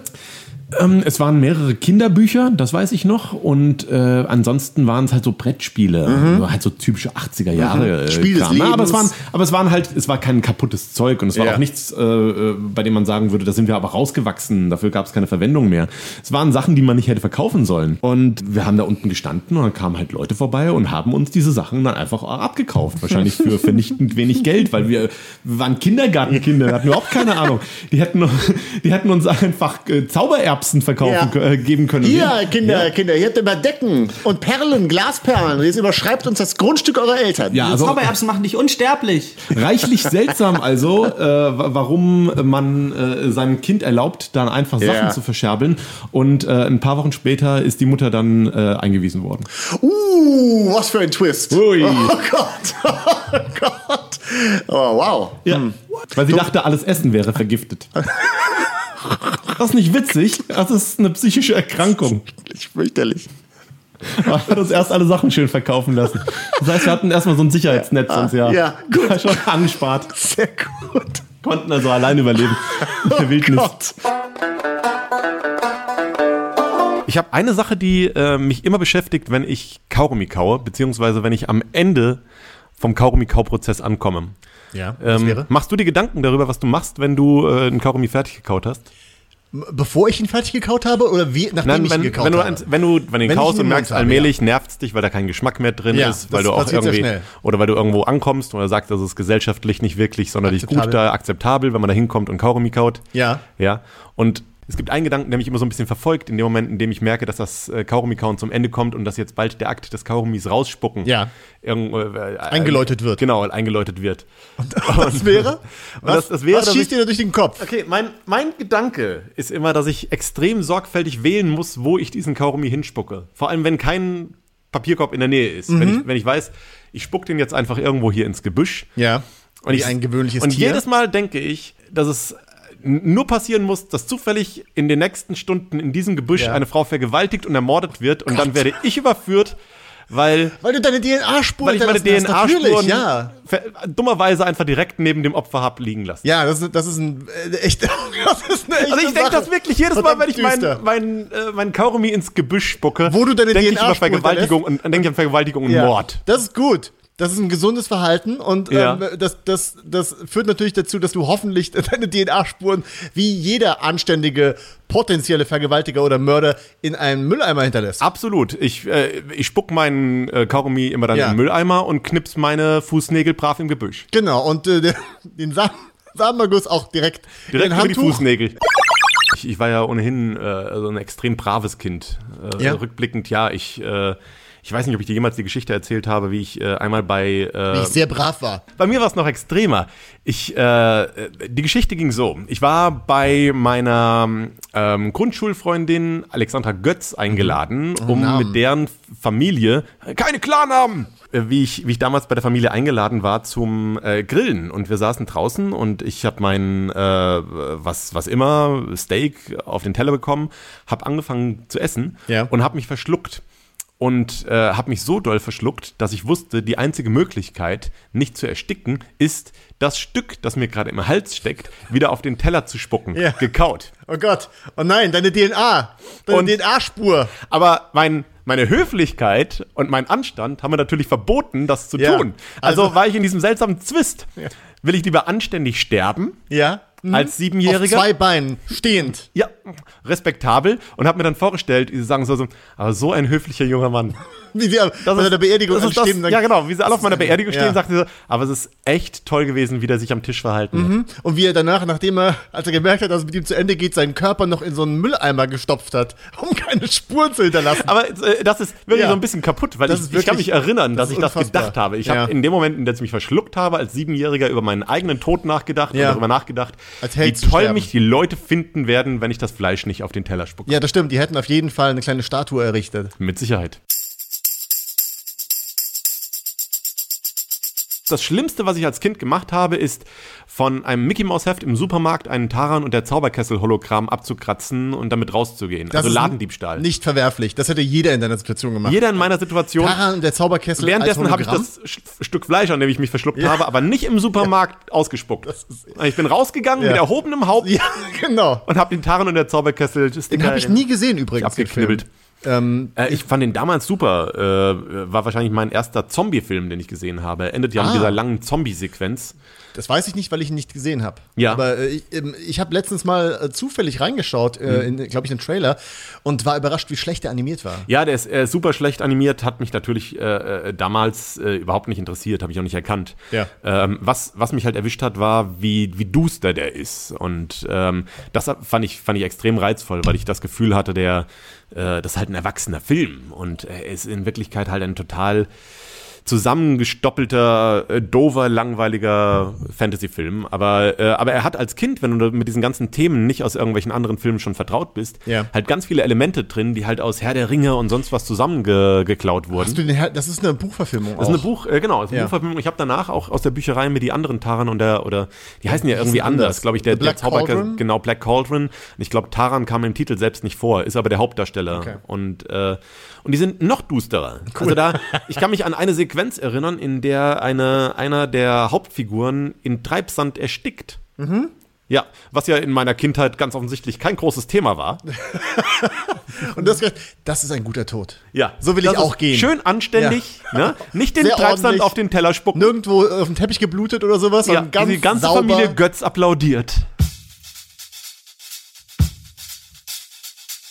Speaker 2: Ähm, es waren mehrere Kinderbücher, das weiß ich noch. Und äh, ansonsten waren es halt so Brettspiele. Also halt so typische 80er Jahre. äh,
Speaker 1: Mhm. Spiel des
Speaker 2: Kram. Ne? Aber es, waren,
Speaker 1: Lebens.
Speaker 2: aber es waren halt, es war kein kaputtes Zeug und es war
Speaker 1: Ja.
Speaker 2: auch nichts, äh, äh, bei dem man sagen würde, da sind wir aber rausgewachsen, dafür gab es keine Verwendung mehr. Es waren Sachen, die man nicht hätte verkaufen sollen. Und wir haben da unten gestanden und dann kamen halt Leute vorbei und haben uns diese Sachen dann einfach abgekauft.
Speaker 1: (laughs)
Speaker 2: Wahrscheinlich für vernichtend wenig Geld, weil wir, wir waren Kindergartenkinder, wir hatten überhaupt keine Ahnung. Die hätten, die hätten uns einfach äh, Zaubererbsen verkaufen
Speaker 1: Ja.
Speaker 2: kö- äh, geben können.
Speaker 1: Hier, Kinder, Kinder, ihr habt immer Decken und Perlen, Glasperlen. Jetzt überschreibt uns das Grundstück eurer Eltern.
Speaker 2: Ja, also
Speaker 3: Zaubererbsen machen dich unsterblich.
Speaker 2: reichlich seltsam also, äh, wa- warum man äh, seinem Kind erlaubt, dann einfach Sachen
Speaker 1: Ja.
Speaker 2: zu verscherbeln. Und äh, ein paar Wochen später ist die Mutter dann äh, eingewiesen worden.
Speaker 1: Uh, was für ein Twist.
Speaker 2: Ui.
Speaker 1: Oh Gott. (laughs) Oh Gott. Oh, wow.
Speaker 2: Ja. Hm. Weil sie dachte, alles Essen wäre vergiftet. Das ist nicht witzig, das ist eine psychische Erkrankung.
Speaker 1: Ich fürchterlich.
Speaker 2: Man hat uns erst alle Sachen schön verkaufen lassen. Das heißt, wir hatten erstmal so ein Sicherheitsnetz uns ja,
Speaker 1: ja, gut.
Speaker 2: (laughs) schon angespart.
Speaker 1: Sehr gut.
Speaker 2: Konnten also allein (laughs) überleben in der Wildnis.
Speaker 1: Gott.
Speaker 2: Ich habe eine Sache, die äh, mich immer beschäftigt, wenn ich Kaugummi kaue, beziehungsweise wenn ich am Ende vom Kaugummi-Kau-Prozess ankomme.
Speaker 5: Ja, das
Speaker 2: Ähm,
Speaker 5: wäre.
Speaker 2: machst du dir Gedanken darüber, was du machst, wenn du äh, einen Kaugummi fertig gekaut hast?
Speaker 5: Bevor ich ihn fertig gekaut habe oder wie, nachdem
Speaker 2: Nein,
Speaker 5: ich
Speaker 2: wenn,
Speaker 5: ihn gekaut
Speaker 2: wenn, du,
Speaker 5: habe?
Speaker 2: eins- wenn du wenn du
Speaker 5: Wenn
Speaker 2: den
Speaker 5: ich
Speaker 2: kaust
Speaker 5: ihn
Speaker 2: und
Speaker 5: im
Speaker 2: merkst,
Speaker 5: Mund habe,
Speaker 2: allmäßig nervt's dich, weil da kein Geschmack mehr drin
Speaker 5: Ja,
Speaker 2: ist, weil
Speaker 5: das
Speaker 2: du auch
Speaker 5: passiert sehr
Speaker 2: irgendwie
Speaker 5: schnell.
Speaker 2: oder weil du irgendwo ankommst oder sagst, das ist gesellschaftlich nicht wirklich sonderlich gut
Speaker 5: Akzeptabel.
Speaker 2: da, akzeptabel, wenn man da hinkommt und Kaugummi kaut.
Speaker 5: Ja.
Speaker 2: Ja. Und es gibt einen Gedanken, der mich immer so ein bisschen verfolgt, in dem Moment, in dem ich merke, dass das äh, Kaugummi-Kauen zum Ende kommt und dass jetzt bald der Akt des Kaugummis rausspucken
Speaker 5: Ja.
Speaker 2: irgendwo, äh, äh,
Speaker 5: Eingeläutet wird.
Speaker 2: Genau, eingeläutet wird. Und,
Speaker 5: was wäre?
Speaker 2: (laughs) Und das, das wäre,
Speaker 5: was
Speaker 2: dass ich-
Speaker 5: schießt dir da durch den Kopf?
Speaker 2: Okay, mein, mein Gedanke ist immer, dass ich extrem sorgfältig wählen muss, wo ich diesen Kaugummi hinspucke. Vor allem, wenn kein Papierkorb in der Nähe ist.
Speaker 5: Mhm.
Speaker 2: Wenn, ich, wenn ich weiß, ich spuck den jetzt einfach irgendwo hier ins Gebüsch.
Speaker 5: Ja.
Speaker 2: Und
Speaker 5: Wie
Speaker 2: ich,
Speaker 5: ein gewöhnliches
Speaker 2: und
Speaker 5: Tier.
Speaker 2: jedes Mal denke ich, dass es n- nur passieren muss, dass zufällig in den nächsten Stunden in diesem Gebüsch
Speaker 5: Ja.
Speaker 2: eine Frau vergewaltigt und ermordet wird. Und dann werde ich überführt, weil
Speaker 1: Weil du deine DNA-Spur
Speaker 2: weil ich meine
Speaker 1: hinterlassen hast,
Speaker 2: DNA-Spuren
Speaker 5: ja.
Speaker 2: ver- dummerweise einfach direkt neben dem Opfer hab liegen lassen.
Speaker 5: Ja, das ist, das ist ein äh, echt. (laughs) Das ist eine echte
Speaker 2: Also ich
Speaker 5: Sache.
Speaker 2: denke das wirklich jedes Mal,
Speaker 5: Verdammt
Speaker 2: wenn ich
Speaker 5: düster.
Speaker 2: meinen mein, äh, mein Kaugummi ins Gebüsch spucke,
Speaker 5: Wo du deine
Speaker 2: denke ich
Speaker 5: DNA
Speaker 2: über
Speaker 5: Spur
Speaker 2: Vergewaltigung und denke ich an Vergewaltigung und
Speaker 5: Ja.
Speaker 2: Mord.
Speaker 5: Das ist gut. Das ist ein gesundes Verhalten und
Speaker 2: Ja.
Speaker 5: ähm, das, das, das führt natürlich dazu, dass du hoffentlich (laughs) deine DNA-Spuren wie jeder anständige potenzielle Vergewaltiger oder Mörder in einen Mülleimer hinterlässt.
Speaker 2: Absolut. Ich, äh, ich spuck meinen äh, Kaugummi immer dann
Speaker 5: Ja.
Speaker 2: in den Mülleimer und knips meine Fußnägel brav im Gebüsch.
Speaker 5: Genau, und äh, (laughs) den- den Samen, Samenerguss auch direkt,
Speaker 2: Direkt
Speaker 5: in
Speaker 2: über die
Speaker 5: Handtuch.
Speaker 2: Fußnägel. Ich, ich war ja ohnehin äh, so ein extrem braves Kind. Äh,
Speaker 5: Ja.
Speaker 2: Rückblickend, ja, ich, äh, Ich weiß nicht, ob ich dir jemals die Geschichte erzählt habe, wie ich äh, einmal bei. Äh,
Speaker 1: Wie ich sehr brav war.
Speaker 2: bei mir war es noch extremer. Ich, äh, die Geschichte ging so. Ich war bei meiner ähm, Grundschulfreundin Alexandra Götz eingeladen, um mit deren Familie, keine Klarnamen, äh, wie ich, wie ich damals bei der Familie eingeladen war zum äh, Grillen. Und wir saßen draußen und ich habe mein, äh, was, was immer, Steak auf den Teller bekommen, habe angefangen zu essen
Speaker 1: Ja.
Speaker 2: und habe mich verschluckt und äh, habe mich so doll verschluckt, dass ich wusste, die einzige Möglichkeit, nicht zu ersticken, ist, das Stück, das mir gerade im Hals steckt, wieder auf den Teller zu spucken,
Speaker 1: Ja.
Speaker 2: gekaut.
Speaker 1: Oh Gott. Oh nein, deine DNA.
Speaker 2: Und-
Speaker 1: Deine DNA-Spur.
Speaker 2: Aber mein, meine Höflichkeit und mein Anstand haben mir natürlich verboten, das zu
Speaker 1: Ja.
Speaker 2: tun. Also,
Speaker 1: Also-
Speaker 2: war ich in diesem seltsamen Zwist. Will ich lieber anständig sterben
Speaker 1: Ja. Mhm.
Speaker 2: als
Speaker 1: Auf
Speaker 2: Siebenjähriger?
Speaker 1: zwei Beinen, stehend.
Speaker 2: ja, respektabel. Und habe mir dann vorgestellt, wie sie sagen so, so, aber so ein höflicher junger Mann.
Speaker 1: Wie wir bei
Speaker 2: ist-
Speaker 1: der Beerdigung
Speaker 2: das ist das,
Speaker 1: anstehen. dann-
Speaker 2: Ja, genau, wie sie alle auf meiner Beerdigung
Speaker 1: ja.
Speaker 2: stehen, sagte sie, aber es ist echt toll gewesen, wie der sich am Tisch verhalten hat.
Speaker 1: Und wie er danach, nachdem er, als er gemerkt hat, dass es mit ihm zu Ende geht, seinen Körper noch in so einen Mülleimer gestopft hat, (laughs) um keine Spuren zu hinterlassen.
Speaker 2: Aber äh, das ist wirklich
Speaker 1: Ja.
Speaker 2: so ein bisschen kaputt, weil
Speaker 1: Das
Speaker 2: ich,
Speaker 1: ist
Speaker 2: ich kann
Speaker 1: wirklich-
Speaker 2: mich erinnern,
Speaker 1: das
Speaker 2: dass
Speaker 1: ist
Speaker 2: ich das
Speaker 1: unfassbar.
Speaker 2: gedacht habe. Ich
Speaker 1: Ja.
Speaker 2: habe in dem Moment, in dem ich mich verschluckt habe, als Siebenjähriger über meinen eigenen Tod nachgedacht
Speaker 1: Ja.
Speaker 2: und darüber nachgedacht,
Speaker 1: Als
Speaker 2: wie
Speaker 1: Held zu
Speaker 2: toll
Speaker 1: sterben.
Speaker 2: mich die Leute finden werden, wenn ich das Fleisch nicht auf den Teller spucke.
Speaker 1: Ja, das stimmt. Die hätten auf jeden Fall eine kleine Statue errichtet.
Speaker 2: Mit Sicherheit. Das Schlimmste, was ich als Kind gemacht habe, ist, von einem Mickey Mouse Heft im Supermarkt einen Taran und der Zauberkessel Hologramm abzukratzen und damit rauszugehen.
Speaker 1: Das
Speaker 2: also
Speaker 1: ist
Speaker 2: Ladendiebstahl.
Speaker 1: Nicht verwerflich. Das hätte jeder in deiner Situation gemacht.
Speaker 2: Jeder in meiner Situation.
Speaker 1: Taran, der Zauberkessel.
Speaker 2: Währenddessen
Speaker 1: als
Speaker 2: habe ich
Speaker 1: Hologramm?
Speaker 2: das Sch- Stück Fleisch, an dem ich mich verschluckt habe, aber nicht im Supermarkt ausgespuckt. Ich bin rausgegangen
Speaker 1: Ja.
Speaker 2: mit erhobenem
Speaker 1: (laughs)
Speaker 2: Haupt
Speaker 1: Ja, genau.
Speaker 2: und habe den Taran und der Zauberkessel
Speaker 1: Den habe ich nie gesehen übrigens. den Film. Ähm,
Speaker 2: abgeknibbelt. äh, ich fand den damals super. Äh, war wahrscheinlich mein erster Zombie-Film, den ich gesehen habe. Endet ja
Speaker 1: Ah.
Speaker 2: mit dieser langen Zombie-Sequenz.
Speaker 1: Das weiß ich nicht, weil ich ihn nicht gesehen habe.
Speaker 2: Ja.
Speaker 1: Aber äh, ich, ähm, ich habe letztens mal äh, zufällig reingeschaut, äh,
Speaker 2: Mhm.
Speaker 1: in, glaube ich, einen Trailer und war überrascht, wie schlecht der animiert war.
Speaker 2: Ja, der ist äh, super schlecht animiert, hat mich natürlich äh, äh, damals äh, überhaupt nicht interessiert, habe ich auch nicht erkannt.
Speaker 1: Ja.
Speaker 2: Ähm, was, was mich halt erwischt hat, war, wie, wie duster der ist. Und ähm, das fand ich, fand ich extrem reizvoll, weil ich das Gefühl hatte, der, äh, das ist halt ein erwachsener Film. Und er ist in Wirklichkeit halt ein total zusammengestoppelter, äh, dover, langweiliger Fantasy-Film. Aber, äh, aber er hat als Kind, wenn du mit diesen ganzen Themen nicht aus irgendwelchen anderen Filmen schon vertraut bist,
Speaker 1: Ja.
Speaker 2: halt ganz viele Elemente drin, die halt aus Herr der Ringe und sonst was zusammengeklaut wurden.
Speaker 1: Hast du den Her- das ist eine Buchverfilmung.
Speaker 2: das ist eine Buch, äh, genau, das ist eine
Speaker 1: Ja.
Speaker 2: Buchverfilmung. Ich habe danach auch aus der Bücherei mir die anderen Taran und der, oder die heißen ja irgendwie anders, glaube ich, der,
Speaker 1: The
Speaker 2: der
Speaker 1: Black
Speaker 2: Zauberker,
Speaker 1: Cauldron?
Speaker 2: genau, Black Cauldron. Und ich glaube, Taran kam im Titel selbst nicht vor, ist aber der Hauptdarsteller.
Speaker 1: Okay.
Speaker 2: Und, äh, und die sind noch düsterer.
Speaker 1: (laughs)
Speaker 2: Also da, ich kann mich an eine Sequenz erinnern, in der eine, einer der Hauptfiguren in Treibsand erstickt.
Speaker 1: Mhm.
Speaker 2: Ja, was ja in meiner Kindheit ganz offensichtlich kein großes Thema war.
Speaker 1: Und das, das ist ein guter Tod.
Speaker 2: Ja,
Speaker 1: So will
Speaker 2: das
Speaker 1: ich auch
Speaker 2: ist
Speaker 1: gehen.
Speaker 2: Schön anständig,
Speaker 1: (laughs)
Speaker 2: ne? Nicht den
Speaker 1: Sehr
Speaker 2: Treibsand
Speaker 1: ordentlich.
Speaker 2: auf den Teller spucken.
Speaker 1: Nirgendwo äh, auf den Teppich geblutet oder sowas.
Speaker 2: Ja,
Speaker 1: sondern ganz
Speaker 2: die ganze
Speaker 1: sauber.
Speaker 2: Familie Götz applaudiert.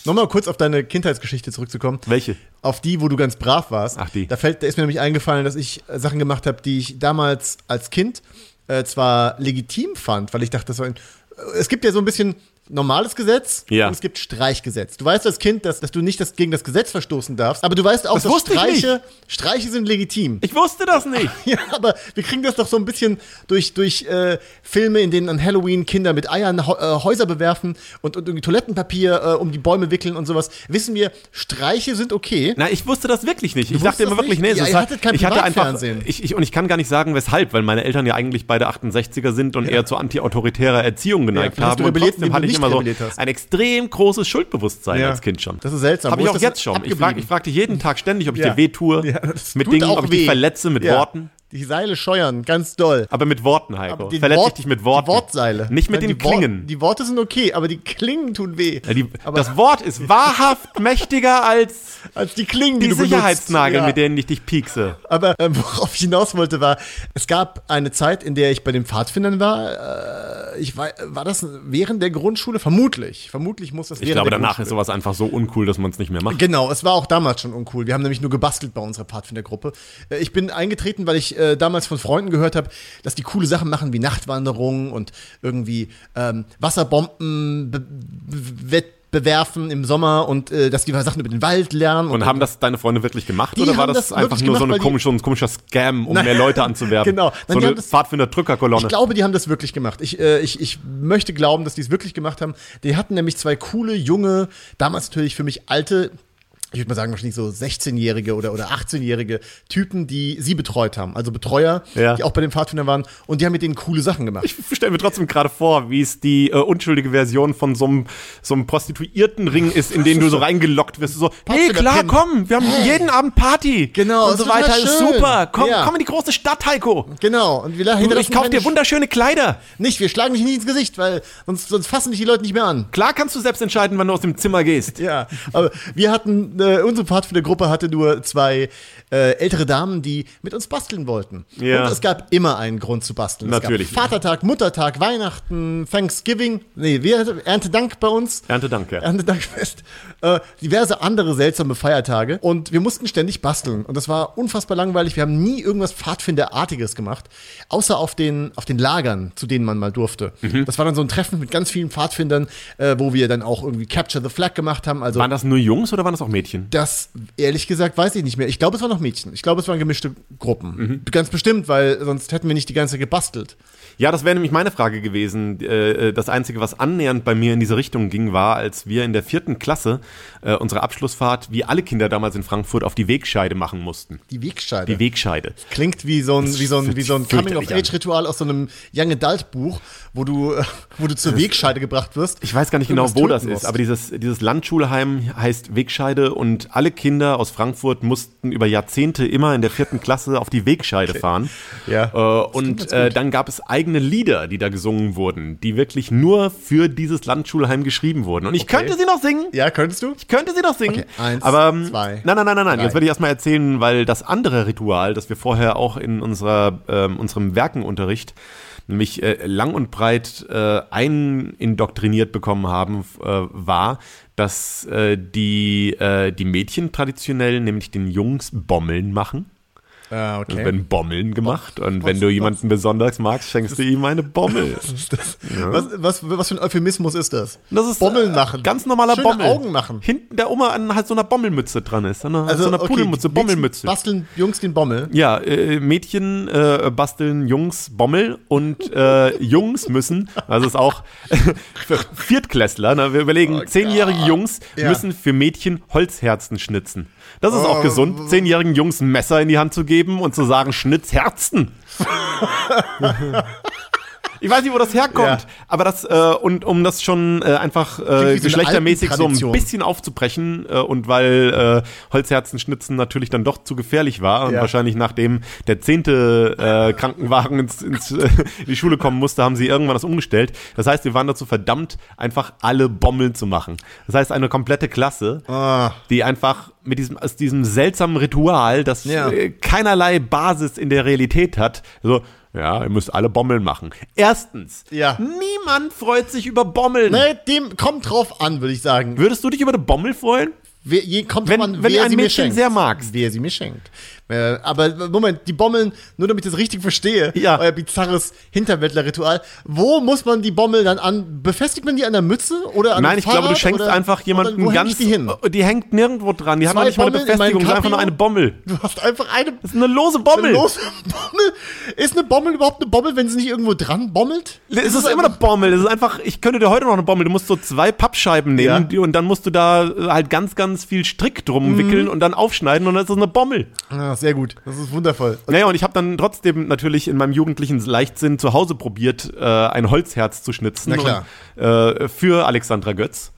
Speaker 1: Nochmal kurz auf deine Kindheitsgeschichte zurückzukommen.
Speaker 2: Welche?
Speaker 1: Auf die, wo du ganz brav warst.
Speaker 2: Ach, die.
Speaker 1: Da, fällt, da ist mir nämlich eingefallen, dass ich äh, Sachen gemacht habe, die ich damals als Kind äh, zwar legitim fand, weil ich dachte, das war ein. äh, Es gibt ja so ein bisschen normales Gesetz
Speaker 2: Ja.
Speaker 1: und es gibt Streichgesetz. Du weißt als Kind, dass, dass du nicht das, gegen das Gesetz verstoßen darfst, aber du weißt auch,
Speaker 2: Das
Speaker 1: dass
Speaker 2: wusste ich
Speaker 1: Streiche, Streiche sind legitim.
Speaker 2: Ich wusste das nicht.
Speaker 1: (laughs) Ja, aber wir kriegen das doch so ein bisschen durch, durch äh, Filme, in denen an Halloween Kinder mit Eiern Hau- äh, Häuser bewerfen und, und irgendwie Toilettenpapier äh, um die Bäume wickeln und sowas. Wissen wir, Streiche sind okay.
Speaker 2: Nein, ich wusste das wirklich nicht. Ich
Speaker 1: wusstest
Speaker 2: dachte immer
Speaker 1: das
Speaker 2: wirklich, nee,
Speaker 1: nicht? Ja,
Speaker 2: es
Speaker 1: ihr
Speaker 2: ist halt-
Speaker 1: hattet kein
Speaker 2: ich hatte einfach,
Speaker 1: Privatfernsehen.
Speaker 2: ich, ich, und ich kann gar nicht sagen, weshalb, weil meine Eltern ja eigentlich beide 68er sind und eher zu antiautoritärer Erziehung geneigt
Speaker 1: vielleicht hast
Speaker 2: haben.
Speaker 1: du
Speaker 2: Und
Speaker 1: rebelliert,
Speaker 2: trotzdem
Speaker 1: indem
Speaker 2: hatte
Speaker 1: du
Speaker 2: ich
Speaker 1: nicht
Speaker 2: immer so
Speaker 1: rebelliert hast.
Speaker 2: ein extrem großes Schuldbewusstsein
Speaker 1: Ja.
Speaker 2: als Kind schon.
Speaker 1: Das ist seltsam.
Speaker 2: Habe
Speaker 1: Wo
Speaker 2: ich
Speaker 1: ist
Speaker 2: auch
Speaker 1: das
Speaker 2: jetzt
Speaker 1: denn
Speaker 2: schon. Ich
Speaker 1: abgeblieben?
Speaker 2: frage, ich frag dich jeden Tag ständig, ob ich
Speaker 1: Ja.
Speaker 2: dir weh tue,
Speaker 1: Ja, das
Speaker 2: mit
Speaker 1: tut
Speaker 2: Dingen,
Speaker 1: auch
Speaker 2: ob ich
Speaker 1: weh.
Speaker 2: dich verletze, mit
Speaker 1: Ja.
Speaker 2: Worten.
Speaker 1: Die Seile scheuern, ganz doll.
Speaker 2: Aber mit Worten, Heiko.
Speaker 1: Aber die
Speaker 2: Verletze ich
Speaker 1: Wort-
Speaker 2: dich mit Worten.
Speaker 1: Die Wortseile.
Speaker 2: Nicht mit
Speaker 1: Nein,
Speaker 2: den
Speaker 1: die Wor-
Speaker 2: Klingen.
Speaker 1: Die Worte sind okay, aber die Klingen tun weh.
Speaker 2: Ja, die,
Speaker 1: aber
Speaker 2: das Wort
Speaker 1: (laughs)
Speaker 2: ist wahrhaft mächtiger als
Speaker 1: als die Klingen, die,
Speaker 2: die
Speaker 1: du benutzt.
Speaker 2: Sicherheitsnagel,
Speaker 1: Ja.
Speaker 2: mit denen ich dich piekse.
Speaker 1: Aber ähm, (laughs) worauf ich hinaus wollte, war, es gab eine Zeit, in der ich bei den Pfadfindern war. Äh, ich war, war das während der Grundschule? Vermutlich. Vermutlich muss das
Speaker 2: Ich glaube, danach ist sowas einfach so uncool, dass man es nicht mehr macht.
Speaker 1: Genau, es war auch damals schon uncool. Wir haben nämlich nur gebastelt bei unserer Pfadfindergruppe. Äh, Ich bin eingetreten, weil ich äh, damals von Freunden gehört habe, dass die coole Sachen machen wie Nachtwanderungen und irgendwie ähm, Wasserbomben, Be- Be- Wett- bewerfen im Sommer und äh, dass die Sachen über den Wald lernen.
Speaker 2: Und haben das deine Freunde wirklich gemacht?
Speaker 1: Die
Speaker 2: oder war
Speaker 1: haben
Speaker 2: das,
Speaker 1: das
Speaker 2: einfach
Speaker 1: wirklich
Speaker 2: nur so
Speaker 1: gemacht,
Speaker 2: eine
Speaker 1: weil die-
Speaker 2: komische, ein komischer Scam, um
Speaker 1: Nein.
Speaker 2: mehr Leute anzuwerben?
Speaker 1: (laughs) Genau. Nein,
Speaker 2: So
Speaker 1: die
Speaker 2: eine
Speaker 1: haben das-
Speaker 2: Pfadfinder-Drückerkolonne.
Speaker 1: Ich glaube, die haben das wirklich gemacht. Ich, äh, ich, ich möchte glauben, dass die es wirklich gemacht haben. Die hatten nämlich zwei coole, junge, damals natürlich für mich alte, ich würde mal sagen, wahrscheinlich so 16-jährige oder, oder 18-jährige Typen, die sie betreut haben. Also Betreuer,
Speaker 2: Ja.
Speaker 1: die auch bei den Pfadfindern waren. Und die haben mit denen coole Sachen gemacht.
Speaker 2: Ich stelle mir trotzdem gerade vor, wie es die äh, unschuldige Version von so einem, so einem Prostituiertenring ist, in den du so reingelockt wirst. So, hey,
Speaker 1: in der
Speaker 2: klar,
Speaker 1: Pen.
Speaker 2: komm, wir haben jeden Abend Party.
Speaker 1: Genau, das
Speaker 2: und so
Speaker 1: ist immer
Speaker 2: weiter. Ist
Speaker 1: schön.
Speaker 2: super. Komm,
Speaker 1: Ja.
Speaker 2: komm in die große Stadt, Heiko.
Speaker 1: genau. Und wir
Speaker 2: Du,
Speaker 1: hinterlassen
Speaker 2: ich kauf
Speaker 1: keine
Speaker 2: dir
Speaker 1: Sch-
Speaker 2: wunderschöne Kleider.
Speaker 1: Nicht, wir schlagen dich nicht ins Gesicht, weil sonst, sonst fassen dich die Leute nicht mehr an.
Speaker 2: Klar kannst du selbst entscheiden, wann du aus dem Zimmer gehehst.
Speaker 1: Ja, aber wir hatten, äh, unsere Pfadfindergruppe hatte nur zwei äh, ältere Damen, die mit uns basteln wollten.
Speaker 2: Ja.
Speaker 1: Und es gab immer einen Grund zu basteln.
Speaker 2: Natürlich.
Speaker 1: Es gab Vatertag, Muttertag, Weihnachten, Thanksgiving, nee, wir, Erntedank bei uns.
Speaker 2: Erntedank, ja.
Speaker 1: Erntedankfest. Äh, diverse andere seltsame Feiertage. Und wir mussten ständig basteln. Und das war unfassbar langweilig. Wir haben nie irgendwas Pfadfinderartiges gemacht. Außer auf den, auf den Lagern, zu denen man mal durfte. Das war dann so ein Treffen mit ganz vielen Pfadfindern, äh, wo wir dann auch irgendwie Capture the Flag gemacht haben. Also
Speaker 2: Waren das nur Jungs oder waren das auch Mädchen?
Speaker 1: das, ehrlich gesagt, weiß ich nicht mehr. Ich glaube, es waren noch Mädchen. Ich glaube, es waren gemischte Gruppen. Ganz bestimmt, weil sonst hätten wir nicht die ganze Zeit gebastelt.
Speaker 2: Ja, das wäre nämlich meine Frage gewesen. Äh, Das Einzige, was annähernd bei mir in diese Richtung ging, war, als wir in der vierten Klasse äh, unsere Abschlussfahrt, wie alle Kinder damals in Frankfurt, auf die Wegscheide machen mussten.
Speaker 1: Die Wegscheide.
Speaker 2: Die Wegscheide.
Speaker 1: Klingt wie so ein, wie so ein, wie so ein
Speaker 2: fühlt sich
Speaker 1: Coming-of-Age-Ritual aus so einem Young Adult-Buch, wo du, äh, wo du zur Wegscheide gebracht wirst.
Speaker 2: Ich weiß gar nicht genau,
Speaker 1: Irgendwas
Speaker 2: wo
Speaker 1: töten
Speaker 2: das
Speaker 1: musst.
Speaker 2: ist, aber dieses, dieses Landschulheim heißt Wegscheide und alle Kinder aus Frankfurt mussten über Jahrzehnte immer in der vierten Klasse auf die Wegscheide fahren.
Speaker 1: Ja.
Speaker 2: Äh, und äh, dann gab es eigene Lieder, die da gesungen wurden, die wirklich nur für dieses Landschulheim geschrieben wurden. Und ich könnte sie noch singen.
Speaker 1: ja, könntest du?
Speaker 2: Ich könnte sie doch singen.
Speaker 1: Okay, eins,
Speaker 2: aber, ähm,
Speaker 1: zwei,
Speaker 2: Nein, nein, nein, nein, nein.
Speaker 1: drei.
Speaker 2: Jetzt werde ich erstmal erzählen, weil das andere Ritual, das wir vorher auch in unserer, ähm, unserem Werkenunterricht nämlich äh, lang und breit äh, einindoktriniert bekommen haben, f- äh, war, dass äh, die, äh, die Mädchen traditionell nämlich den Jungs Bommeln machen.
Speaker 1: Ah, okay.
Speaker 2: Es werden Bommeln gemacht
Speaker 1: Oh,
Speaker 2: und wenn du jemanden besonders magst, schenkst du ihm
Speaker 1: (laughs)
Speaker 2: eine Bommel.
Speaker 1: was, was, was für ein Euphemismus ist das?
Speaker 2: Das ist
Speaker 1: Bommeln
Speaker 2: äh,
Speaker 1: machen.
Speaker 2: Ganz normaler
Speaker 1: Schöne
Speaker 2: Bommel.
Speaker 1: Augen machen. Also,
Speaker 2: Hinten der Oma an halt so einer Bommelmütze dran ist. An einer, so einer
Speaker 1: okay,
Speaker 2: Pudelmütze,
Speaker 1: die
Speaker 2: Bommelmütze.
Speaker 1: Basteln Jungs den Bommel.
Speaker 2: Ja, äh, Mädchen äh, basteln Jungs Bommel und äh, Jungs müssen, also ist auch (laughs) für Viertklässler, ne, wir überlegen, zehnjährige Jungs
Speaker 1: Oh Ja.
Speaker 2: müssen für Mädchen Holzherzen schnitzen. Das ist auch
Speaker 1: Oh.
Speaker 2: gesund, zehnjährigen Jungs ein Messer in die Hand zu geben und zu sagen, schnitz Herzen. Ich weiß nicht, wo das herkommt,
Speaker 1: Ja.
Speaker 2: aber das äh, und um das schon äh, einfach äh,
Speaker 1: wie so eine
Speaker 2: geschlechtermäßig so ein
Speaker 1: Alpentradition.
Speaker 2: bisschen aufzubrechen äh, und weil äh, Holzherzenschnitzen natürlich dann doch zu gefährlich war und
Speaker 1: Ja.
Speaker 2: wahrscheinlich nachdem der zehnte äh, Krankenwagen ins, ins, (laughs) äh, in die Schule kommen musste, haben sie irgendwann das umgestellt. Das heißt, wir waren dazu verdammt, einfach alle Bommeln zu machen. Das heißt, eine komplette Klasse,
Speaker 1: Ah.
Speaker 2: die einfach mit diesem aus diesem seltsamen Ritual, das
Speaker 1: Ja.
Speaker 2: äh, keinerlei Basis in der Realität hat, so ja, ihr müsst alle Bommeln machen. Erstens,
Speaker 1: Ja.
Speaker 2: niemand freut sich über Bommeln.
Speaker 1: Ne, dem kommt drauf an, würde ich sagen.
Speaker 2: Würdest du dich über eine Bommel freuen?
Speaker 1: Wer, je, kommt
Speaker 2: Wenn-
Speaker 1: drauf an,
Speaker 2: wenn
Speaker 1: wer
Speaker 2: ein
Speaker 1: sie mir
Speaker 2: Mädchen
Speaker 1: schenkt.
Speaker 2: sehr magst.
Speaker 1: Wer sie mir schenkt. Äh, Aber Moment, die Bommeln, nur damit ich das richtig verstehe,
Speaker 2: Ja.
Speaker 1: euer bizarres Hinterwäldler-Ritual. Wo muss man die Bommel dann an? Befestigt man die an der Mütze oder an
Speaker 2: Nein,
Speaker 1: dem
Speaker 2: ich glaube, du
Speaker 1: Fahrrad
Speaker 2: schenkst
Speaker 1: oder-
Speaker 2: einfach
Speaker 1: oder
Speaker 2: jemanden
Speaker 1: wo häng
Speaker 2: ganz. Oh,
Speaker 1: ich Die, hin?
Speaker 2: die hängt nirgendwo dran. Die haben
Speaker 1: Zwei
Speaker 2: noch nicht mal eine
Speaker 1: Bommeln in meinem
Speaker 2: Befestigung, das ist einfach nur
Speaker 1: Cabrio?
Speaker 2: eine Bommel.
Speaker 1: Du hast einfach eine,
Speaker 2: Das ist eine lose Bommel.
Speaker 1: eine lose Bommel. Ist eine Bommel überhaupt eine Bommel, wenn sie nicht irgendwo dran bommelt?
Speaker 2: Es ist immer eine Bommel. Es ist einfach, ich könnte dir heute noch eine Bommel. Du musst so zwei Pappscheiben nehmen
Speaker 1: Ja. Mhm.
Speaker 2: die- und dann musst du da äh, halt ganz, ganz viel Strick drum wickeln und dann aufschneiden und dann ist das eine Bommel.
Speaker 1: Ah, sehr gut. Das ist wundervoll.
Speaker 2: Naja, und ich habe dann trotzdem natürlich in meinem jugendlichen Leichtsinn zu Hause probiert, äh, ein Holzherz zu schnitzen.
Speaker 1: Na klar.
Speaker 2: Und, äh, für Alexandra Götz.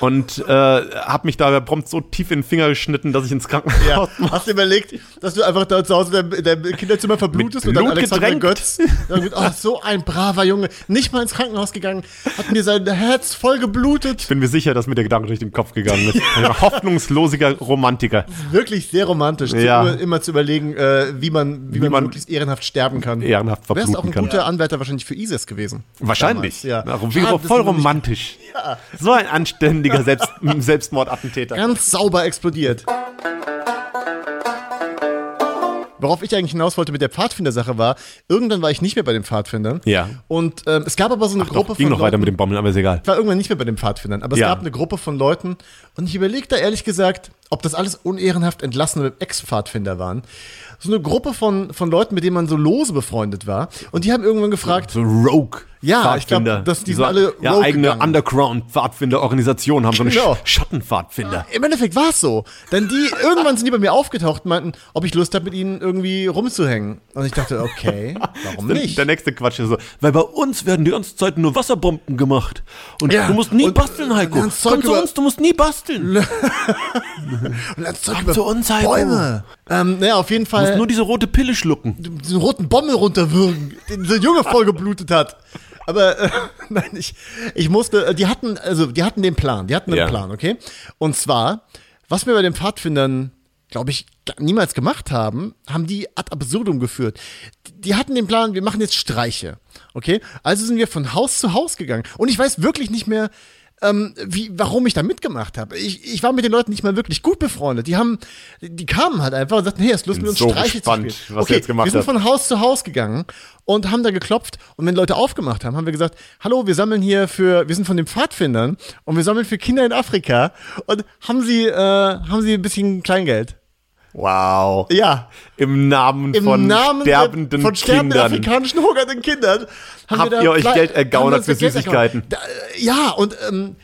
Speaker 2: Und äh, habe mich dabei prompt so tief in den Finger geschnitten, dass ich ins
Speaker 1: Ja.
Speaker 2: Krankenhaus
Speaker 1: Hast du überlegt, dass du einfach da zu Hause in deinem, in deinem Kinderzimmer verblutest
Speaker 2: Mit
Speaker 1: und dann
Speaker 2: Blut
Speaker 1: Alexander
Speaker 2: getränkt.
Speaker 1: Götz damit, oh, so ein braver Junge, nicht mal ins Krankenhaus gegangen, hat mir sein Herz voll geblutet.
Speaker 2: bin mir sicher, dass mir der Gedanke durch den Kopf gegangen ist. Ein hoffnungsloser Romantiker.
Speaker 1: Wirklich sehr romantisch, zu-
Speaker 2: Ja.
Speaker 1: immer zu überlegen, äh, wie man, wie, man,
Speaker 2: man
Speaker 1: möglichst ehrenhaft sterben kann.
Speaker 2: ehrenhaft
Speaker 1: Du Wärst auch
Speaker 2: verbluten
Speaker 1: ein
Speaker 2: kann.
Speaker 1: guter Anwärter wahrscheinlich für ISIS gewesen. Damals,
Speaker 2: Wahrscheinlich.
Speaker 1: ja. Ah,
Speaker 2: Na, wie-
Speaker 1: Schade, dass
Speaker 2: voll
Speaker 1: du noch nicht-
Speaker 2: romantisch. So ein anständiger Selbst Selbstmordattentäter.
Speaker 1: Ganz sauber explodiert. Worauf ich eigentlich hinaus wollte mit der Pfadfinder-Sache war, irgendwann war ich nicht mehr bei den Pfadfindern.
Speaker 2: Ja.
Speaker 1: Und ähm, es gab aber so eine Gruppe
Speaker 2: Doch, ging
Speaker 1: von
Speaker 2: noch weiter
Speaker 1: Leuten-
Speaker 2: mit dem Bommeln, aber ist egal.
Speaker 1: ich war irgendwann nicht mehr bei den Pfadfindern, aber es
Speaker 2: Ja.
Speaker 1: gab eine Gruppe von Leuten und ich überlegte ehrlich gesagt, ob das alles unehrenhaft entlassene Ex-Pfadfinder waren. So eine Gruppe von, von Leuten, mit denen man so lose befreundet war und die haben irgendwann gefragt,
Speaker 2: So Rogue.
Speaker 1: Ja, ich glaub,
Speaker 2: Pfadfinder.
Speaker 1: dass die
Speaker 2: so,
Speaker 1: sind alle
Speaker 2: ja,
Speaker 1: Rogue
Speaker 2: eigene
Speaker 1: gegangen.
Speaker 2: Underground-Pfadfinder-Organisation haben so eine
Speaker 1: Genau.
Speaker 2: Sch Schattenpfadfinder.
Speaker 1: im Endeffekt war es so, denn
Speaker 2: (laughs)
Speaker 1: die irgendwann sind die bei mir aufgetaucht und meinten, ob ich Lust habe, mit ihnen irgendwie rumzuhängen. Und ich dachte, okay, warum
Speaker 2: Der-
Speaker 1: nicht?
Speaker 2: Der nächste Quatsch ist so, weil bei uns werden die ganze Zeit nur Wasserbomben gemacht. Und
Speaker 1: Ja,
Speaker 2: du musst nie
Speaker 1: und-
Speaker 2: basteln, Heiko.
Speaker 1: und
Speaker 2: Komm
Speaker 1: das Zeug
Speaker 2: zu
Speaker 1: über-
Speaker 2: uns, du musst nie basteln. Du
Speaker 1: (laughs) Und dann zurück
Speaker 2: zu uns, Heiko.
Speaker 1: Bäume. Ähm, naja, auf jeden Fall.
Speaker 2: musst nur diese rote Pille schlucken.
Speaker 1: diesen roten Bommel runterwürgen, den dieser Junge vollgeblutet hat. Aber äh, (laughs) nein, ich, ich musste, äh, die hatten, also die hatten den Plan, die hatten den
Speaker 2: Ja.
Speaker 1: Plan, okay? Und zwar, was wir bei den Pfadfindern, glaube ich, g- niemals gemacht haben, haben die ad absurdum geführt. Die- Die hatten den Plan, wir machen jetzt Streiche, okay? Also sind wir von Haus zu Haus gegangen. Und ich weiß wirklich nicht mehr, ähm, wie, warum ich da mitgemacht habe. Ich, ich war mit den Leuten nicht mal wirklich gut befreundet. Die haben, die kamen halt einfach und sagten, hey, hast du Lust
Speaker 2: Bin
Speaker 1: mit uns
Speaker 2: so
Speaker 1: Streiche
Speaker 2: gespannt,
Speaker 1: zu spielen.
Speaker 2: was ihr jetzt gemacht
Speaker 1: wir sind
Speaker 2: habt.
Speaker 1: von Haus zu Haus gegangen und haben da geklopft und wenn Leute aufgemacht haben, haben wir gesagt, hallo, wir sammeln hier für, wir sind von den Pfadfindern und wir sammeln für Kinder in Afrika und haben sie, äh, haben sie ein bisschen Kleingeld.
Speaker 2: Wow.
Speaker 1: Ja,
Speaker 2: Im Namen
Speaker 1: im
Speaker 2: von
Speaker 1: Namen der-
Speaker 2: sterbenden
Speaker 1: von sterbenden
Speaker 2: Kindern.
Speaker 1: afrikanischen hungernden Kindern haben
Speaker 2: Habt
Speaker 1: wir da
Speaker 2: ihr euch
Speaker 1: Kle-
Speaker 2: Geld ergaunert
Speaker 1: haben wir uns
Speaker 2: für
Speaker 1: das Geld
Speaker 2: Süßigkeiten?
Speaker 1: ergaunert. Da, ja, und ähm,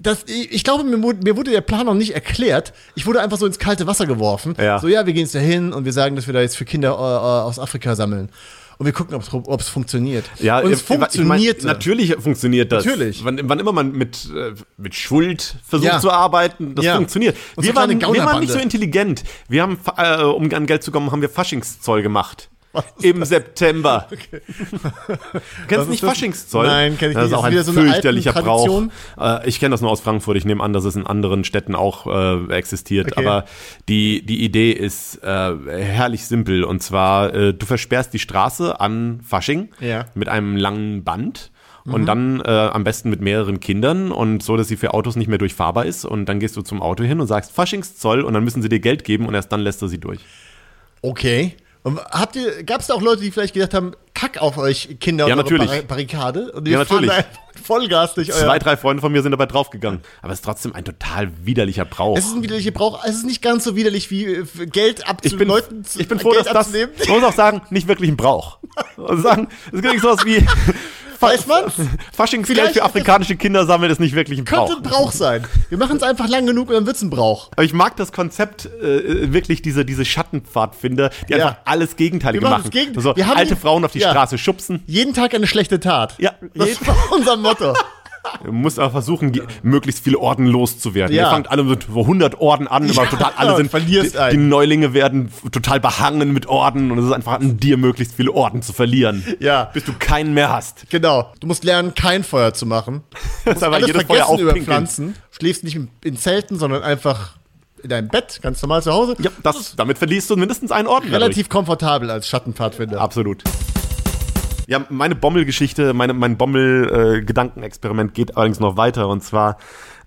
Speaker 1: das, ich ich glaube, mir, wurde- mir wurde der Plan noch nicht erklärt. Ich wurde einfach so ins kalte Wasser geworfen.
Speaker 2: Ja.
Speaker 1: So, ja, wir gehen jetzt da hin und wir sagen, dass wir da jetzt für Kinder äh, äh, aus Afrika sammeln. Und wir gucken, ob es funktioniert.
Speaker 2: Ja,
Speaker 1: und es
Speaker 2: ich- ich mein,
Speaker 1: funktioniert.
Speaker 2: natürlich funktioniert das.
Speaker 1: Natürlich.
Speaker 2: Wann, wann immer man mit, äh, mit Schuld versucht
Speaker 1: Ja.
Speaker 2: zu arbeiten, das
Speaker 1: Ja.
Speaker 2: funktioniert.
Speaker 1: Und so
Speaker 2: wir, waren,
Speaker 1: kleine
Speaker 2: wir waren nicht
Speaker 1: Gaunerbande.
Speaker 2: so intelligent. Wir haben, fa- äh, um an Geld zu kommen, haben wir Faschingszoll gemacht. Im September. Du kennst
Speaker 1: ist
Speaker 2: nicht
Speaker 1: das?
Speaker 2: Faschingszoll?
Speaker 1: Nein, kenn ich
Speaker 2: Das
Speaker 1: nicht.
Speaker 2: ist auch
Speaker 1: Ist
Speaker 2: ein
Speaker 1: wieder so eine
Speaker 2: fürchterlicher
Speaker 1: alten
Speaker 2: Brauch.
Speaker 1: Tradition?
Speaker 2: Äh, ich kenne das nur aus Frankfurt. Ich nehme an, dass es in anderen Städten auch äh, existiert.
Speaker 1: Okay.
Speaker 2: Aber die, die Idee ist äh, herrlich simpel. Und zwar, äh, du versperrst die Straße an Fasching
Speaker 1: Ja. Mhm.
Speaker 2: mit einem langen Band. Und dann äh, am besten mit mehreren Kindern und so, dass sie für Autos nicht mehr durchfahrbar ist. Und dann gehst du zum Auto hin und sagst Faschingszoll und dann müssen sie dir Geld geben und erst dann lässt er sie durch.
Speaker 1: (laughs) Okay. Und habt ihr, gab es da auch Leute, die vielleicht gedacht haben, kack auf euch, Kinder
Speaker 2: Ja,
Speaker 1: und eure
Speaker 2: natürlich.
Speaker 1: Barri- Barrikade? Und
Speaker 2: Ja,
Speaker 1: wir fahren
Speaker 2: natürlich.
Speaker 1: da einfach mit Vollgas durch euer
Speaker 2: Zwei, drei Freunde von mir sind dabei draufgegangen. Aber es ist trotzdem ein total widerlicher Brauch.
Speaker 1: Es ist ein widerlicher Brauch. Es ist nicht ganz so widerlich wie äh, für Geld
Speaker 2: ich
Speaker 1: abzunehmen.
Speaker 2: bin,
Speaker 1: Leuten zu,
Speaker 2: ich bin froh,
Speaker 1: Geld
Speaker 2: dass das,
Speaker 1: abzunehmen.
Speaker 2: man muss auch sagen, nicht wirklich ein Brauch. Also sagen, es gibt nicht sowas wie
Speaker 1: (laughs) Weiß man's?
Speaker 2: Faschingsgeld
Speaker 1: Vielleicht
Speaker 2: für afrikanische Kinder sammeln, ist nicht wirklich ein
Speaker 1: (laughs)
Speaker 2: Brauch.
Speaker 1: Könnte ein Brauch sein. Wir machen es einfach lang genug und dann wird's ein Brauch.
Speaker 2: Aber ich mag das Konzept äh, wirklich, diese, diese Schattenpfadfinder, die
Speaker 1: Ja.
Speaker 2: einfach alles Gegenteilige
Speaker 1: Wir machen
Speaker 2: machen.
Speaker 1: das Gegenteil.
Speaker 2: Also,
Speaker 1: Wir haben
Speaker 2: alte
Speaker 1: die-
Speaker 2: Frauen auf die
Speaker 1: Ja.
Speaker 2: Straße schubsen.
Speaker 1: Jeden Tag eine schlechte Tat.
Speaker 2: Ja,
Speaker 1: Das
Speaker 2: jeden-
Speaker 1: (laughs) war unser Motto.
Speaker 2: Du musst aber versuchen, die, möglichst viele Orden loszuwerden.
Speaker 1: Ja.
Speaker 2: Ihr fangt alle mit 100 Orden an, aber
Speaker 1: Ja,
Speaker 2: total alle
Speaker 1: und
Speaker 2: sind,
Speaker 1: verlierst
Speaker 2: die, die
Speaker 1: einen.
Speaker 2: Neulinge werden f- total behangen mit Orden und es ist einfach an dir, möglichst viele Orden zu verlieren.
Speaker 1: Ja.
Speaker 2: Bis du keinen mehr hast.
Speaker 1: Genau. Du musst lernen, kein Feuer zu machen.
Speaker 2: (laughs)
Speaker 1: Du musst
Speaker 2: aber
Speaker 1: alles
Speaker 2: jedes Feuer
Speaker 1: vergessen über
Speaker 2: aufpinkeln.
Speaker 1: Pflanzen. Schläfst nicht in- in Zelten, sondern einfach in deinem Bett, ganz normal zu Hause.
Speaker 2: Ja, das, damit verlierst du mindestens einen Orden. dadurch.
Speaker 1: Relativ komfortabel als Schattenpfadfinder.
Speaker 2: Absolut. Ja, meine Bommel-Geschichte, meine, mein Bommel-Gedankenexperiment geht allerdings noch weiter. Und zwar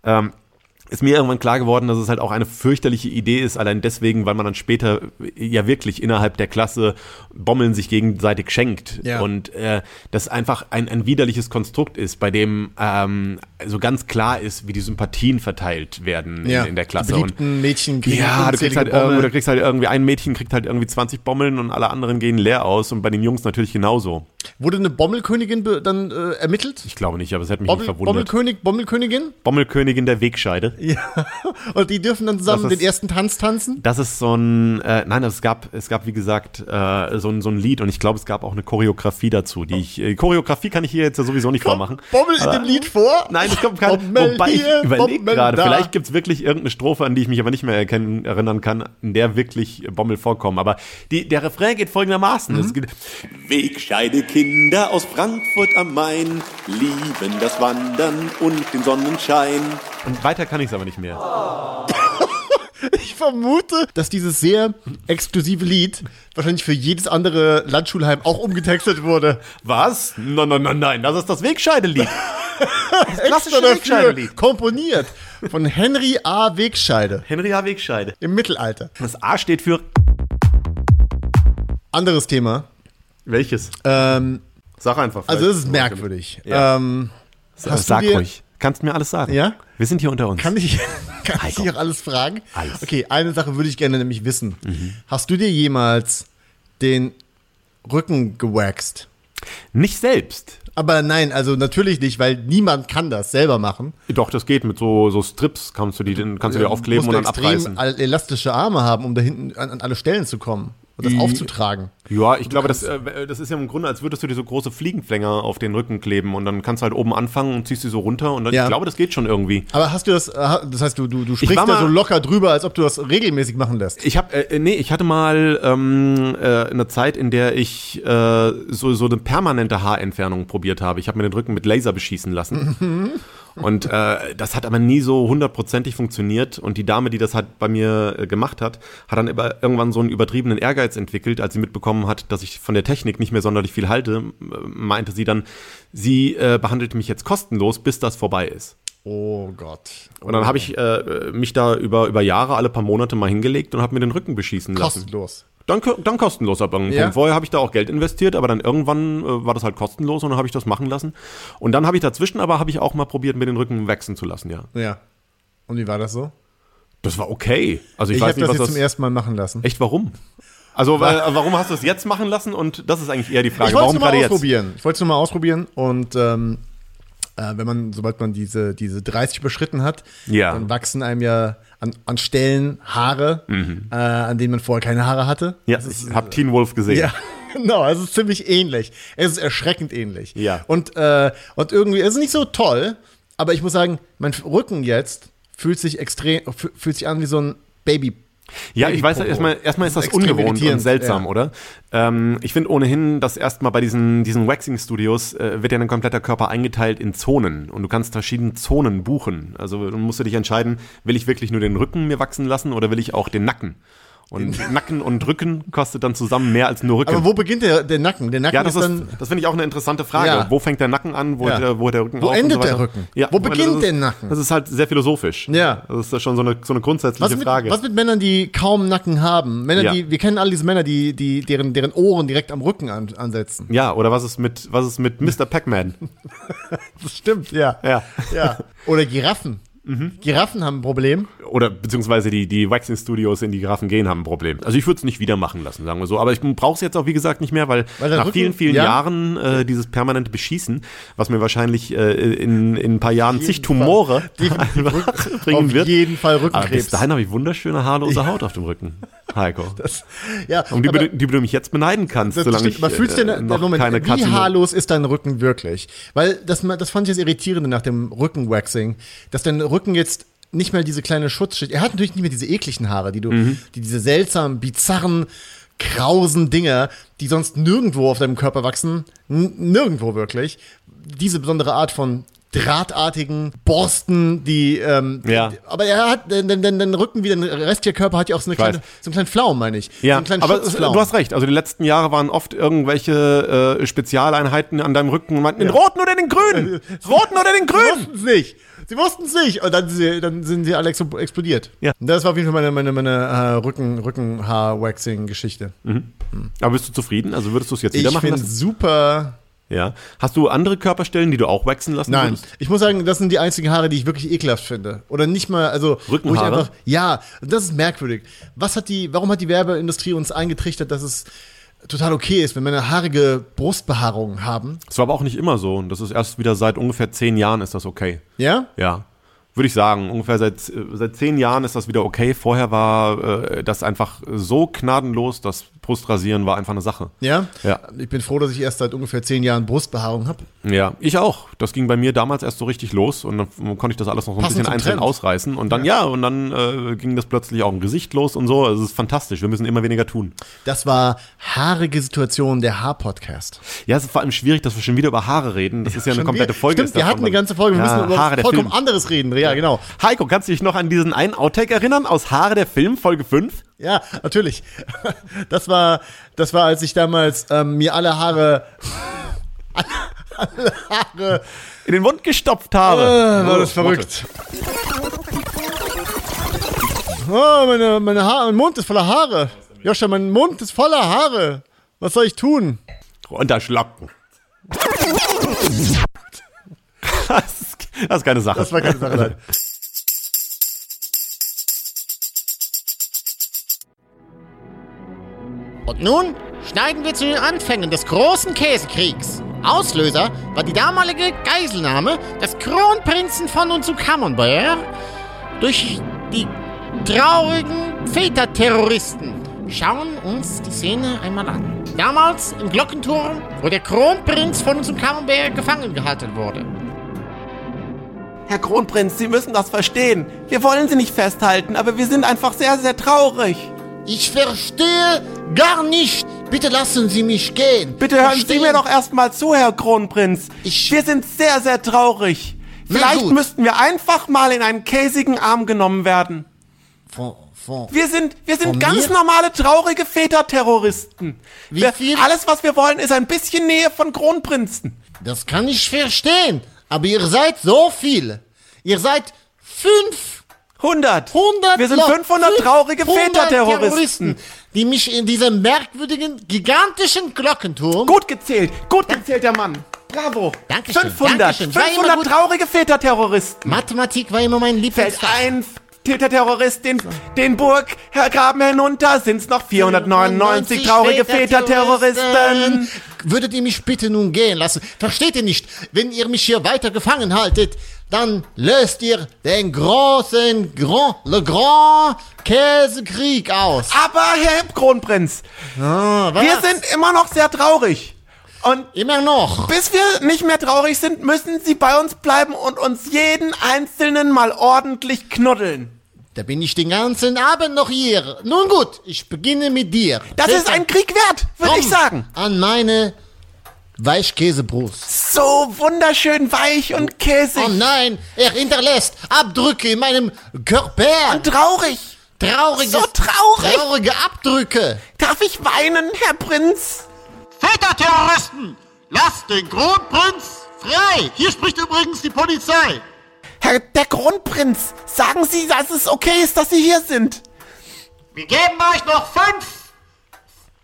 Speaker 2: ähm, ist mir irgendwann klar geworden, dass es halt auch eine fürchterliche Idee ist, allein deswegen, weil man dann später äh, ja wirklich innerhalb der Klasse Bommeln sich gegenseitig schenkt.
Speaker 1: Ja.
Speaker 2: Und äh, das einfach ein, ein widerliches Konstrukt ist, bei dem ähm, so ganz klar ist, wie die Sympathien verteilt werden in, in der
Speaker 1: Die
Speaker 2: Klasse. Und
Speaker 1: beliebten Mädchen kriegen
Speaker 2: ja, du kriegst,
Speaker 1: unzählige
Speaker 2: halt
Speaker 1: Bommeln.
Speaker 2: irgendwie, du kriegst halt irgendwie, ein Mädchen kriegt halt irgendwie 20 Bommeln und alle anderen gehen leer aus und bei den Jungs natürlich genauso.
Speaker 1: Wurde eine Bommelkönigin be- dann äh, ermittelt?
Speaker 2: Ich glaube nicht, aber es hat mich
Speaker 1: Bommel,
Speaker 2: nicht verwundert.
Speaker 1: Bommelkönig, Bommelkönigin?
Speaker 2: Bommelkönigin der Wegscheide.
Speaker 1: Ja. Und die dürfen dann zusammen
Speaker 2: Das ist-
Speaker 1: den ersten Tanz tanzen?
Speaker 2: Das ist so ein, äh, nein, es gab, es gab wie gesagt äh, so, ein, so ein Lied und ich glaube, es gab auch eine Choreografie dazu, die ich, äh, Choreografie kann ich hier jetzt ja sowieso nicht vormachen.
Speaker 1: Bommel in
Speaker 2: Aber-
Speaker 1: dem Lied vor?
Speaker 2: Nein, es kommt kein.
Speaker 1: Bommel
Speaker 2: Wobei ich
Speaker 1: hier,
Speaker 2: überlege
Speaker 1: Bommel
Speaker 2: gerade,
Speaker 1: da.
Speaker 2: vielleicht gibt es wirklich irgendeine Strophe, an die ich mich aber nicht mehr erkennen, erinnern kann, in der wirklich Bommel vorkommen. Aber die, der Refrain geht folgendermaßen.
Speaker 1: Mhm.
Speaker 2: Es geht, Wegscheidekinder aus Frankfurt am Main lieben das Wandern und den Sonnenschein. Und weiter kann ich es aber nicht mehr.
Speaker 1: Ich vermute, dass dieses sehr exklusive Lied wahrscheinlich für jedes andere Landschulheim auch umgetextet wurde.
Speaker 2: Was? Nein, nein, nein, nein, das ist
Speaker 1: (laughs)
Speaker 2: das Wegscheidelied. Das
Speaker 1: Extra dafür komponiert von Henry A. Wegscheide
Speaker 2: Henry A. Wegscheide.
Speaker 1: im Mittelalter.
Speaker 2: Das A steht für
Speaker 1: Anderes Thema.
Speaker 2: Welches?
Speaker 1: Ähm,
Speaker 2: Sag einfach.
Speaker 1: also,
Speaker 2: vielleicht.
Speaker 1: das ist merkwürdig.
Speaker 2: Ja.
Speaker 1: Ähm, hast du
Speaker 2: Äh, Sag
Speaker 1: dir-
Speaker 2: ruhig. Kannst mir alles sagen.
Speaker 1: Ja?
Speaker 2: Wir sind hier unter uns.
Speaker 1: Kann ich, (laughs) kann ich dich auch alles fragen?
Speaker 2: Alles. Mhm.
Speaker 1: Okay, eine Sache würde ich gerne nämlich wissen. Hast du dir jemals den Rücken gewaxt?
Speaker 2: Nicht selbst.
Speaker 1: Aber nein, also natürlich nicht, weil niemand kann das selber machen.
Speaker 2: Doch, das geht mit so, so Strips. Kannst du die, den- kannst du dir aufkleben
Speaker 1: Ähm, Musst
Speaker 2: und
Speaker 1: du
Speaker 2: dann abreißen.
Speaker 1: extrem al- elastische Arme haben, um da hinten an, an alle Stellen zu kommen und das aufzutragen.
Speaker 2: Ja, ich glaube, das, äh, das ist ja im Grunde, als würdest du dir so große Fliegenfänger auf den Rücken kleben und dann kannst du halt oben anfangen und ziehst die so runter und dann,
Speaker 1: Ja.
Speaker 2: ich glaube, das geht schon irgendwie.
Speaker 1: Aber hast du das, äh, ha- das heißt, du, du, du sprichst
Speaker 2: war
Speaker 1: da
Speaker 2: mal-
Speaker 1: so locker drüber, als ob du das regelmäßig machen lässt.
Speaker 2: Ich habe, äh, nee, ich hatte mal ähm, äh, eine Zeit, in der ich äh, so, so eine permanente Haarentfernung probiert habe. Ich habe mir den Rücken mit Laser beschießen lassen. und äh, das hat aber nie so hundertprozentig funktioniert. Und die Dame, die das halt bei mir äh, gemacht hat, hat dann über, irgendwann so einen übertriebenen Ehrgeiz entwickelt, als sie mitbekommen hat, dass ich von der Technik nicht mehr sonderlich viel halte, m- meinte sie dann, sie äh, behandelt mich jetzt kostenlos, bis das vorbei ist.
Speaker 1: Oh Gott.
Speaker 2: Und dann habe ich äh, mich da über, über Jahre, alle paar Monate mal hingelegt und habe mir den Rücken beschießen lassen.
Speaker 1: Kostenlos.
Speaker 2: Dann, ko- dann kostenlos ab irgendeinem
Speaker 1: Ja.
Speaker 2: Punkt. Vorher habe ich da auch Geld investiert, aber dann irgendwann äh, war das halt kostenlos und dann habe ich das machen lassen. Und dann habe ich dazwischen aber habe ich auch mal probiert, mir den Rücken wachsen zu lassen, ja.
Speaker 1: Ja. Und wie war das so?
Speaker 2: Das war okay. Also ich,
Speaker 1: Ich,
Speaker 2: weiß
Speaker 1: habe das
Speaker 2: nicht, was
Speaker 1: jetzt
Speaker 2: das...
Speaker 1: zum ersten Mal machen lassen.
Speaker 2: echt, warum? Also weil, äh, warum hast du es jetzt machen lassen? Und das ist eigentlich eher die Frage,
Speaker 1: Ich wollte
Speaker 2: warum
Speaker 1: es nur
Speaker 2: gerade
Speaker 1: mal
Speaker 2: jetzt?
Speaker 1: ausprobieren. Ich wollte es nur mal ausprobieren und ähm, äh, wenn man, sobald man diese, diese 30 überschritten hat,
Speaker 2: Ja.
Speaker 1: dann wachsen einem ja an, an Stellen Haare, äh, an denen man vorher keine Haare hatte.
Speaker 2: Mhm. Ja, ich habe Teen Wolf gesehen.
Speaker 1: (laughs) Ja, genau, es ist ziemlich ähnlich. Es ist erschreckend ähnlich.
Speaker 2: Ja.
Speaker 1: Und, äh, und irgendwie, es ist nicht so toll, aber ich muss sagen, mein Rücken jetzt fühlt sich extrem, fü- fühlt sich an wie so ein Baby.
Speaker 2: Ja, ich weiß,
Speaker 1: Popo.
Speaker 2: erstmal, erstmal ist das
Speaker 1: Extrem
Speaker 2: ungewohnt und
Speaker 1: irritierend,
Speaker 2: seltsam,
Speaker 1: ja.
Speaker 2: oder? Ähm, ich finde ohnehin, dass erstmal bei diesen, diesen Waxing-Studios äh, wird ja dein kompletter Körper eingeteilt in Zonen und du kannst verschiedene Zonen buchen. Also du musst du dich entscheiden, will ich wirklich nur den Rücken mir wachsen lassen oder will ich auch den Nacken? Und Nacken und Rücken kostet dann zusammen mehr als nur Rücken.
Speaker 1: Aber wo beginnt der, der Nacken? Der Nacken
Speaker 2: Genau. ja, das,
Speaker 1: ist
Speaker 2: ist,
Speaker 1: dann.
Speaker 2: das finde ich auch eine interessante Frage.
Speaker 1: Ja.
Speaker 2: Wo fängt der Nacken an? Wo,
Speaker 1: Ja.
Speaker 2: hört der, wo hört der Rücken
Speaker 1: Wo
Speaker 2: auf?
Speaker 1: endet
Speaker 2: und so weiter?
Speaker 1: der Rücken?
Speaker 2: Ja,
Speaker 1: Wo
Speaker 2: das
Speaker 1: beginnt
Speaker 2: ist-
Speaker 1: der Nacken?
Speaker 2: Das ist halt sehr philosophisch.
Speaker 1: Ja.
Speaker 2: Das ist ja schon so eine, so eine grundsätzliche
Speaker 1: Was mit,
Speaker 2: Frage.
Speaker 1: was mit Männern, die kaum Nacken haben? Männer,
Speaker 2: Ja.
Speaker 1: die, wir kennen all diese Männer, die, die deren, deren Ohren direkt am Rücken an, ansetzen.
Speaker 2: ja, oder was ist mit, was ist mit Mr. Pac-Man?
Speaker 1: Das stimmt, (laughs) ja.
Speaker 2: (laughs) Ja. Mhm.
Speaker 1: ja. Oder Giraffen. Giraffen haben ein Problem.
Speaker 2: Oder beziehungsweise die, die Waxing-Studios, in die Giraffen gehen, haben ein Problem. Also ich würde es nicht wieder machen lassen, sagen wir so. Aber ich brauche es jetzt auch, wie gesagt, nicht mehr, weil,
Speaker 1: Weil der
Speaker 2: nach
Speaker 1: Rücken-
Speaker 2: vielen, vielen
Speaker 1: ja.
Speaker 2: Jahren äh, dieses permanente Beschießen, was mir wahrscheinlich äh, in, in ein paar Jahren
Speaker 1: (laughs)
Speaker 2: zig Tumore einfach (laughs) bringen Ah,
Speaker 1: Auf
Speaker 2: wird.
Speaker 1: jeden Fall
Speaker 2: aber bis
Speaker 1: Rückenkrebs.
Speaker 2: dahin habe ich wunderschöne haarlose Haut auf dem Rücken, Heiko.
Speaker 1: ja,
Speaker 2: um die,
Speaker 1: aber-
Speaker 2: du- die du mich jetzt beneiden kannst,
Speaker 1: Das
Speaker 2: solange
Speaker 1: stimmt,
Speaker 2: ich
Speaker 1: aber fühlst du
Speaker 2: äh,
Speaker 1: denn,
Speaker 2: noch
Speaker 1: Moment,
Speaker 2: keine
Speaker 1: wie
Speaker 2: Katze
Speaker 1: haarlos ist dein Rücken wirklich? Weil das, ma- das fand ich das Irritierende nach dem Rückenwaxing, dass dein Rücken jetzt nicht mehr diese kleine Schutzschicht, er hat natürlich nicht mehr diese ekligen Haare, die du,
Speaker 2: Mhm.
Speaker 1: die diese seltsamen, bizarren, krausen Dinger, die sonst nirgendwo auf deinem Körper wachsen, n- nirgendwo wirklich, diese besondere Art von drahtartigen Borsten, die, ähm,
Speaker 2: Ja.
Speaker 1: aber er hat, denn, denn, denn, denn Rücken wie dein restlicher Körper hat ja auch so eine
Speaker 2: weiß.
Speaker 1: kleine, so einen kleinen Flaum, meine ich. so
Speaker 2: Ja,
Speaker 1: einen kleinen
Speaker 2: aber es-
Speaker 1: Schutzflaum.
Speaker 2: du hast recht. Also die letzten Jahre waren oft irgendwelche äh, Spezialeinheiten an deinem Rücken und meinten, den roten oder
Speaker 1: (laughs)
Speaker 2: den grünen? roten oder den
Speaker 1: Sie
Speaker 2: grünen?
Speaker 1: wussten es nicht. Sie wussten es nicht. Und dann, sind sie- dann sind sie alle exo- explodiert.
Speaker 2: Ja.
Speaker 1: Und Das war auf jeden Fall meine, meine, meine äh, Rücken, Rückenhaar-Waxing-Geschichte.
Speaker 2: Mhm. Aber bist du zufrieden? Also würdest du es jetzt wieder
Speaker 1: Ich
Speaker 2: machen
Speaker 1: finde
Speaker 2: lassen?
Speaker 1: super.
Speaker 2: Ja. Hast du andere Körperstellen, die du auch wachsen lassen
Speaker 1: Nein,
Speaker 2: würdest?
Speaker 1: ich muss sagen, das sind die einzigen Haare, die ich wirklich ekelhaft finde. Oder nicht mal, also wo ich
Speaker 2: Rückenhaare?
Speaker 1: einfach, ja, das ist merkwürdig. Was hat die, warum hat die Werbeindustrie uns eingetrichtert, dass es total okay ist, wenn Männer haarige Brustbehaarung haben?
Speaker 2: Das war aber auch nicht immer so. Und das ist erst wieder seit ungefähr zehn Jahren ist das okay.
Speaker 1: Ja?
Speaker 2: Ja. Würde ich sagen, ungefähr seit, äh, seit zehn Jahren ist das wieder okay. Vorher war äh, das einfach so gnadenlos, das Brustrasieren war einfach eine Sache.
Speaker 1: Ja?
Speaker 2: Ja.
Speaker 1: Ich bin froh, dass ich erst seit ungefähr zehn Jahren Brustbehaarung habe.
Speaker 2: Ja, ich auch. Das ging bei mir damals erst so richtig los und dann konnte ich das alles noch so ein
Speaker 1: Passend
Speaker 2: bisschen
Speaker 1: zum
Speaker 2: einzeln
Speaker 1: Trend.
Speaker 2: ausreißen und dann ja, und dann äh, ging das plötzlich auch im Gesicht los und so. Also es ist fantastisch. Wir müssen immer weniger tun.
Speaker 1: Das war haarige Situation der Haar-Podcast.
Speaker 2: Ja, es ist vor allem schwierig, dass wir schon wieder über Haare reden. Das ist ja eine
Speaker 1: Schon
Speaker 2: komplette
Speaker 1: wir-
Speaker 2: Folge.
Speaker 1: Stimmt,
Speaker 2: ist
Speaker 1: wir
Speaker 2: davon.
Speaker 1: hatten eine ganze Folge. Wir
Speaker 2: ja,
Speaker 1: müssen über
Speaker 2: Haare
Speaker 1: Haare
Speaker 2: der
Speaker 1: vollkommen
Speaker 2: Film.
Speaker 1: anderes reden. Ja, genau.
Speaker 2: Heiko, kannst du dich noch an diesen einen Outtake erinnern aus Haare der Film Folge 5?
Speaker 1: Ja, natürlich. (laughs) Das war, das war, als ich damals ähm, mir alle Haare,
Speaker 2: In den Mund gestopft habe.
Speaker 1: Ah, war das verrückt. Oh, meine, meine Haare, mein Mund ist voller Haare. Joscha, mein Mund ist voller Haare.
Speaker 6: Was soll ich tun?
Speaker 2: (laughs)
Speaker 7: Runterschlappen. Das ist, das ist keine Sache.
Speaker 6: Das war keine Sache. Nein.
Speaker 1: Und nun schneiden wir zu den Anfängen des großen Käsekriegs. Auslöser war die damalige Geiselnahme des Kronprinzen von Unzukammerberg durch die traurigen Väterterroristen. Schauen uns die Szene einmal an. Damals im Glockenturm, wo der Kronprinz von Unzukammerberg gefangen gehalten wurde.
Speaker 2: Herr Kronprinz, Sie müssen das verstehen. Wir wollen Sie nicht festhalten, aber wir sind einfach sehr, sehr traurig.
Speaker 1: (laughs) Ich verstehe gar nicht. Bitte lassen Sie mich gehen.
Speaker 2: Bitte hören
Speaker 1: Verstehen?
Speaker 2: Sie mir doch erstmal zu, Herr Kronprinz.
Speaker 1: Ich-
Speaker 2: wir sind sehr, sehr traurig.
Speaker 1: Na
Speaker 2: Vielleicht
Speaker 1: gut.
Speaker 2: müssten wir einfach mal in einen käsigen Arm genommen werden.
Speaker 1: Von, von.
Speaker 2: Wir sind, wir sind
Speaker 1: Von
Speaker 2: ganz
Speaker 1: mir?
Speaker 2: normale, traurige Väterterroristen.
Speaker 1: Wie
Speaker 2: wir,
Speaker 1: viel-
Speaker 2: Alles, was wir wollen, ist ein bisschen Nähe von Kronprinzen.
Speaker 1: Das kann ich verstehen. Aber ihr seid so viel. Ihr seid 500.
Speaker 2: 100. wir sind 500 traurige
Speaker 1: 500
Speaker 2: Väterterroristen.
Speaker 1: die mich in diesem merkwürdigen, gigantischen Glockenturm.
Speaker 2: Gut gezählt, gut gezählt, der Mann. Bravo.
Speaker 1: Dankeschön,
Speaker 2: 500,
Speaker 1: Dankeschön. War immer
Speaker 2: 500
Speaker 1: gut.
Speaker 2: traurige Väterterroristen.
Speaker 1: Mathematik war immer mein Lieblings.
Speaker 2: Fällt ein Väterterrorist den, den Burg, Herr Graben hinunter, sind's noch 499 traurige Väterterroristen.
Speaker 1: Würdet ihr mich bitte nun gehen lassen? Versteht ihr nicht? Wenn ihr mich hier weiter gefangen haltet, dann löst ihr den großen, Grand, Le Grand Käsekrieg aus.
Speaker 2: Aber Herr Kronprinz,
Speaker 1: Ah, was?
Speaker 2: wir sind immer noch sehr traurig. Und
Speaker 1: immer noch.
Speaker 2: bis wir nicht mehr traurig sind, müssen Sie bei uns bleiben und uns jeden einzelnen mal ordentlich knuddeln.
Speaker 1: Da bin ich den ganzen Abend noch hier. Nun gut, ich beginne mit dir.
Speaker 2: Das ist
Speaker 1: Peter,
Speaker 2: ein Krieg wert, würde
Speaker 1: komm
Speaker 2: ich sagen.
Speaker 1: An meine Weichkäsebrust.
Speaker 2: So wunderschön weich und käsig.
Speaker 1: Oh nein, er hinterlässt Abdrücke in meinem Körper.
Speaker 2: und traurig.
Speaker 1: Traurige,
Speaker 2: So traurig.
Speaker 1: traurige Abdrücke.
Speaker 2: Darf ich weinen, Herr Prinz?
Speaker 1: Väterterroristen, lasst den Kronprinz frei. Hier spricht übrigens die Polizei.
Speaker 2: Herr der Kronprinz, sagen Sie, dass es okay ist, dass Sie hier sind.
Speaker 1: Wir geben euch noch fünf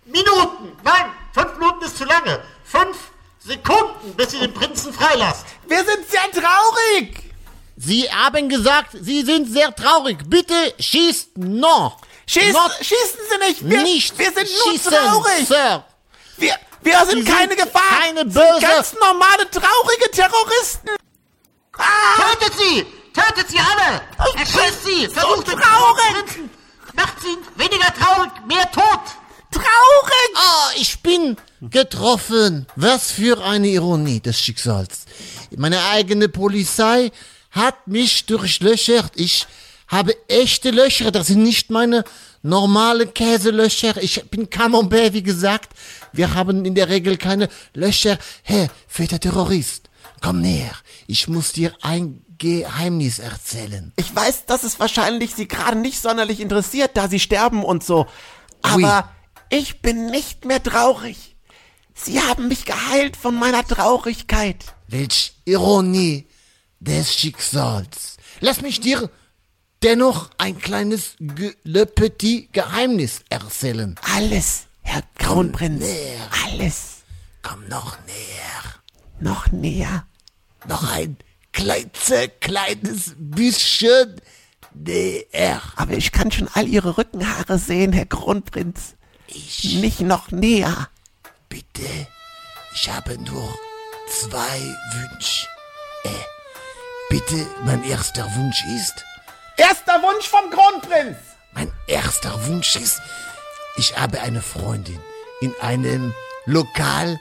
Speaker 1: Minuten. Nein, fünf Minuten ist zu lange. Fünf Sekunden, bis ihr den Prinzen freilasst.
Speaker 2: Wir sind sehr traurig.
Speaker 1: Sie haben gesagt, Sie sind sehr traurig. Bitte schießt noch.
Speaker 2: Schieß,
Speaker 1: Not-
Speaker 2: schießen Sie nicht. Wir,
Speaker 1: nicht
Speaker 2: wir sind nur
Speaker 1: schießen,
Speaker 2: traurig.
Speaker 1: Sir.
Speaker 2: Wir, wir
Speaker 1: Sie
Speaker 2: sind
Speaker 1: sind
Speaker 2: keine Gefahr.
Speaker 1: keine
Speaker 2: Sind
Speaker 1: böse-
Speaker 2: Ganz normale, traurige Terroristen. Ah,
Speaker 1: Tötet sie! Tötet sie alle!
Speaker 2: Ich
Speaker 1: Erschießt
Speaker 2: bin
Speaker 1: sie!
Speaker 2: so
Speaker 1: Versucht den
Speaker 2: traurig.
Speaker 1: Prinzen! Macht sie weniger traurig, mehr tot!
Speaker 2: traurig.
Speaker 1: Ah, ich bin getroffen. Was für eine Ironie des Schicksals. Meine eigene Polizei hat mich durchlöchert. Ich habe echte Löcher. Das sind nicht meine normale Käselöcher. Ich bin Camembert, wie gesagt. Wir haben in der Regel keine Löcher. Hä, fetter Terrorist, komm näher. Ich muss dir ein Geheimnis erzählen.
Speaker 2: Ich weiß, dass es wahrscheinlich Sie gerade nicht sonderlich interessiert, da Sie sterben und so.
Speaker 1: Ui.
Speaker 2: Aber ich bin nicht mehr traurig. Sie haben mich geheilt von meiner Traurigkeit.
Speaker 1: Welch Ironie des Schicksals. Lass mich dir dennoch ein kleines Ge Le Petit Geheimnis erzählen.
Speaker 2: Alles, Herr Kronprinz. Alles.
Speaker 1: Komm noch näher.
Speaker 2: Noch näher.
Speaker 1: Noch ein klitzekleines bisschen näher.
Speaker 2: Aber ich kann schon all Ihre Rückenhaare sehen, Herr Kronprinz.
Speaker 1: Ich-
Speaker 2: Nicht noch näher.
Speaker 1: Bitte, ich habe nur zwei Wünsche. Äh, bitte, mein erster Wunsch ist,
Speaker 2: Erster Wunsch vom Kronprinz.
Speaker 1: Mein erster Wunsch ist, ich habe eine Freundin in einem Lokal.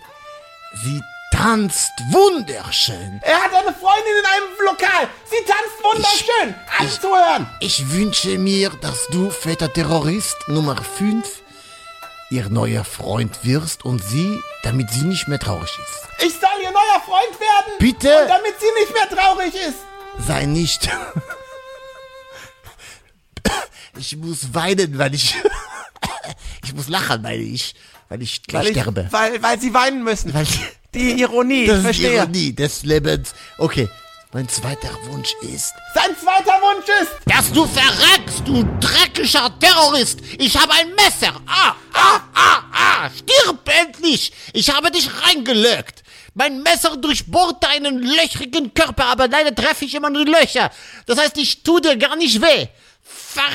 Speaker 1: Sie tanzt wunderschön.
Speaker 2: Er hat eine Freundin in einem Lokal. Sie tanzt wunderschön. Alles zu hören.
Speaker 1: Ich wünsche mir, dass du, fetter Terrorist Nummer 5, ihr neuer Freund wirst und sie, damit sie nicht mehr traurig ist.
Speaker 2: Ich soll ihr neuer Freund werden.
Speaker 1: Bitte?
Speaker 2: Und damit sie nicht mehr traurig ist.
Speaker 1: Sei nicht. (laughs) Ich muss weinen, weil ich. (laughs) Ich muss lachen, weil ich. Weil ich gleich
Speaker 2: Weil,
Speaker 1: sterbe.
Speaker 2: ich, weil, weil sie weinen müssen.
Speaker 1: Weil-
Speaker 2: die Ironie,
Speaker 1: Das
Speaker 2: ich
Speaker 1: ist die
Speaker 2: verstehe.
Speaker 1: Ironie des Lebens. Okay, mein zweiter Wunsch ist,
Speaker 2: Sein zweiter Wunsch ist.
Speaker 1: dass du verreckst, du dreckiger Terrorist. Ich habe ein Messer. Ah, ah, ah, ah. Stirb
Speaker 8: nicht. Ich habe dich reingelöckt. Mein Messer durchbohrt deinen löchrigen Körper, aber leider treffe ich immer nur Löcher. Das heißt, ich tue dir gar nicht weh. Verre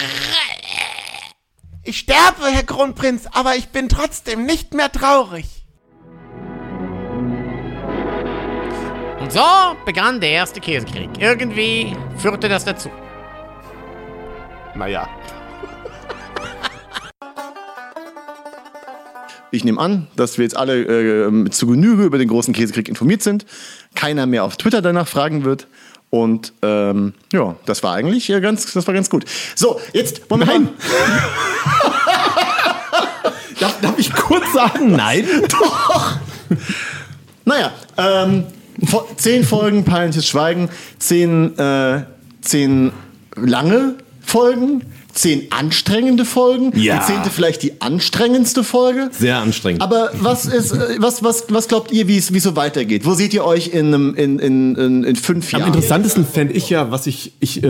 Speaker 9: Ich sterbe, Herr Kronprinz, aber ich bin trotzdem nicht mehr traurig.
Speaker 8: Und so begann der erste Käsekrieg. Irgendwie führte das dazu.
Speaker 10: Naja.
Speaker 1: Ich nehme an, dass wir jetzt alle äh, zu Genüge über den großen Käsekrieg informiert sind. Keiner mehr auf Twitter danach fragen wird. Und ähm, ja, das war eigentlich äh, ganz, das war ganz gut. So, jetzt wollen wir Nein.
Speaker 2: Darf, darf ich kurz sagen, nein?
Speaker 1: Naja, ähm, vor- zehn Folgen peinliches Schweigen, zehn, äh, zehn lange Folgen, zehn anstrengende Folgen,
Speaker 2: Ja.
Speaker 1: die zehnte vielleicht die anstrengendste Folge.
Speaker 2: Sehr anstrengend.
Speaker 1: Aber was ist, äh, was, was, was glaubt ihr, wie es wie es so weitergeht? Wo seht ihr euch in, einem- in, in, in, in fünf
Speaker 2: Am
Speaker 1: Jahren?
Speaker 2: interessantesten fände ich ja, was ich, ich, äh,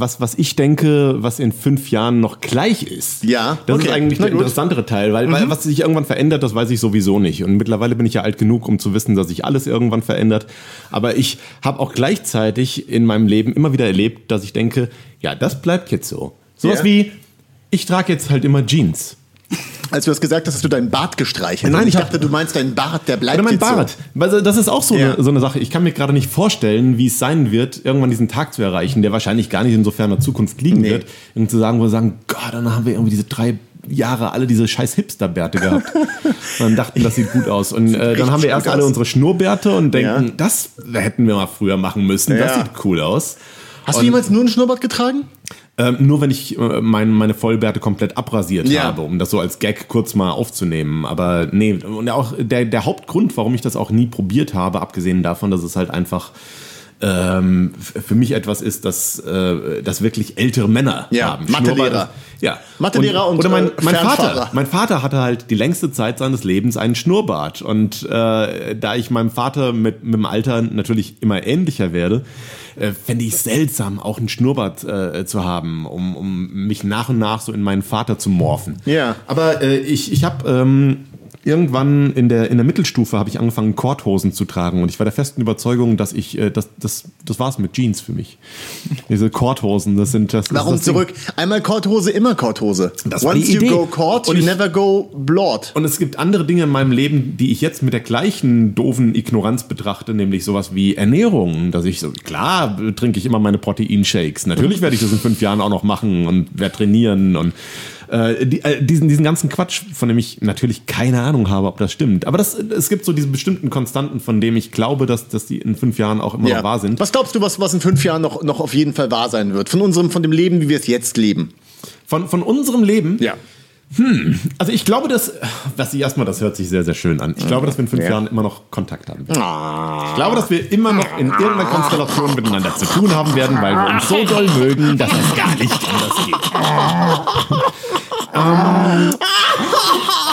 Speaker 2: was, was ich denke, was in fünf Jahren noch gleich ist.
Speaker 1: Ja,
Speaker 2: Das
Speaker 1: okay.
Speaker 2: ist eigentlich
Speaker 1: Na
Speaker 2: der
Speaker 1: gut. Mhm.
Speaker 2: interessantere Teil, weil, weil was sich irgendwann verändert, das weiß ich sowieso nicht. Und mittlerweile bin ich ja alt genug, um zu wissen, dass sich alles irgendwann verändert. Aber ich habe auch gleichzeitig in meinem Leben immer wieder erlebt, dass ich denke, ja, das bleibt jetzt so. Sowas
Speaker 1: Ja.
Speaker 2: wie, ich trage jetzt halt immer Jeans.
Speaker 1: Als du das gesagt hast, hast du deinen Bart gestreichelt.
Speaker 2: Nein,
Speaker 1: Und
Speaker 2: ich hab-
Speaker 1: dachte, du meinst deinen Bart, der bleibt
Speaker 2: Oder mein
Speaker 1: jetzt so.
Speaker 2: Bart. Also Das ist auch so,
Speaker 1: Ja.
Speaker 2: eine, so eine Sache. Ich kann mir gerade nicht vorstellen, wie es sein wird, irgendwann diesen Tag zu erreichen, der wahrscheinlich gar nicht in so ferner Zukunft liegen
Speaker 1: Nee.
Speaker 2: wird. Und zu sagen, wo wir sagen, Gott, dann haben wir irgendwie diese drei Jahre alle diese scheiß
Speaker 1: (laughs)
Speaker 2: Hipsterbärte gehabt. und dachten, das sieht gut aus. Und äh, dann haben wir
Speaker 1: richtig
Speaker 2: erst
Speaker 1: gut
Speaker 2: alle
Speaker 1: aus.
Speaker 2: unsere Schnurrbärte und denken,
Speaker 1: Ja.
Speaker 2: das hätten wir mal früher machen müssen. Das
Speaker 1: Ja.
Speaker 2: sieht cool aus.
Speaker 1: Hast du jemals nur einen Schnurrbart getragen?
Speaker 2: Ähm, nur wenn ich äh, mein, meine Vollbärte komplett abrasiert
Speaker 1: Ja.
Speaker 2: habe, um das so als Gag kurz mal aufzunehmen. Aber nee, und auch der, der Hauptgrund, warum ich das auch nie probiert habe, abgesehen davon, dass es halt einfach ähm, f- für mich etwas ist, das, äh, das wirklich ältere Männer
Speaker 1: Ja,
Speaker 2: haben.
Speaker 1: Mathelehrer.
Speaker 2: Schnurrbart ist- Ja.
Speaker 1: Mathelehrer und,
Speaker 2: Oder mein,
Speaker 1: äh,
Speaker 2: mein
Speaker 1: Fernfahrer.
Speaker 2: Vater. Mein Vater hatte halt die längste Zeit seines Lebens einen Schnurrbart. Und äh, da ich meinem Vater mit, mit dem Alter natürlich immer ähnlicher werde, äh, fände ich es seltsam, auch einen Schnurrbart äh, zu haben, um, um mich nach und nach so in meinen Vater zu morphen.
Speaker 1: Ja.
Speaker 2: Aber äh, ich, ich habe ähm, irgendwann in der, in der Mittelstufe habe ich angefangen, Korthosen zu tragen. Und ich war der festen Überzeugung, dass ich, äh, das, das, das war's mit Jeans für mich. Diese Korthosen, das sind das.
Speaker 1: Warum
Speaker 2: das ist das Ding.
Speaker 1: zurück? Einmal Korthose, immer Korthose.
Speaker 2: Das war die
Speaker 1: Once you
Speaker 2: Idee.
Speaker 1: go Kord,
Speaker 2: Und
Speaker 1: you
Speaker 2: ich-
Speaker 1: never go Blord.
Speaker 2: Und es gibt andere Dinge in meinem Leben, die ich jetzt mit der gleichen doofen Ignoranz betrachte, nämlich sowas wie Ernährung. Dass ich so, klar äh, trinke ich immer meine Proteinshakes. Natürlich werde ich das in fünf Jahren auch noch machen und werde trainieren und äh, die, äh, diesen, diesen ganzen Quatsch, von dem ich natürlich keine Ahnung habe, ob das stimmt. Aber das, es gibt so diese bestimmten Konstanten, von denen ich glaube, dass, dass die in fünf Jahren auch immer noch wahr sind.
Speaker 1: Was glaubst du, was, was in fünf Jahren noch, noch auf jeden Fall wahr sein wird? Von unserem, von dem Leben, wie wir es jetzt leben.
Speaker 2: Von, von unserem Leben
Speaker 1: Ja.
Speaker 2: Also ich glaube, dass, was ich erstmal, das hört sich sehr, sehr schön an. Ich glaube, dass wir in fünf Jahren immer noch Kontakt haben werden. Ich glaube, dass wir immer noch in irgendeiner Konstellation miteinander zu tun haben werden, weil wir uns so doll mögen, dass es gar nicht anders geht.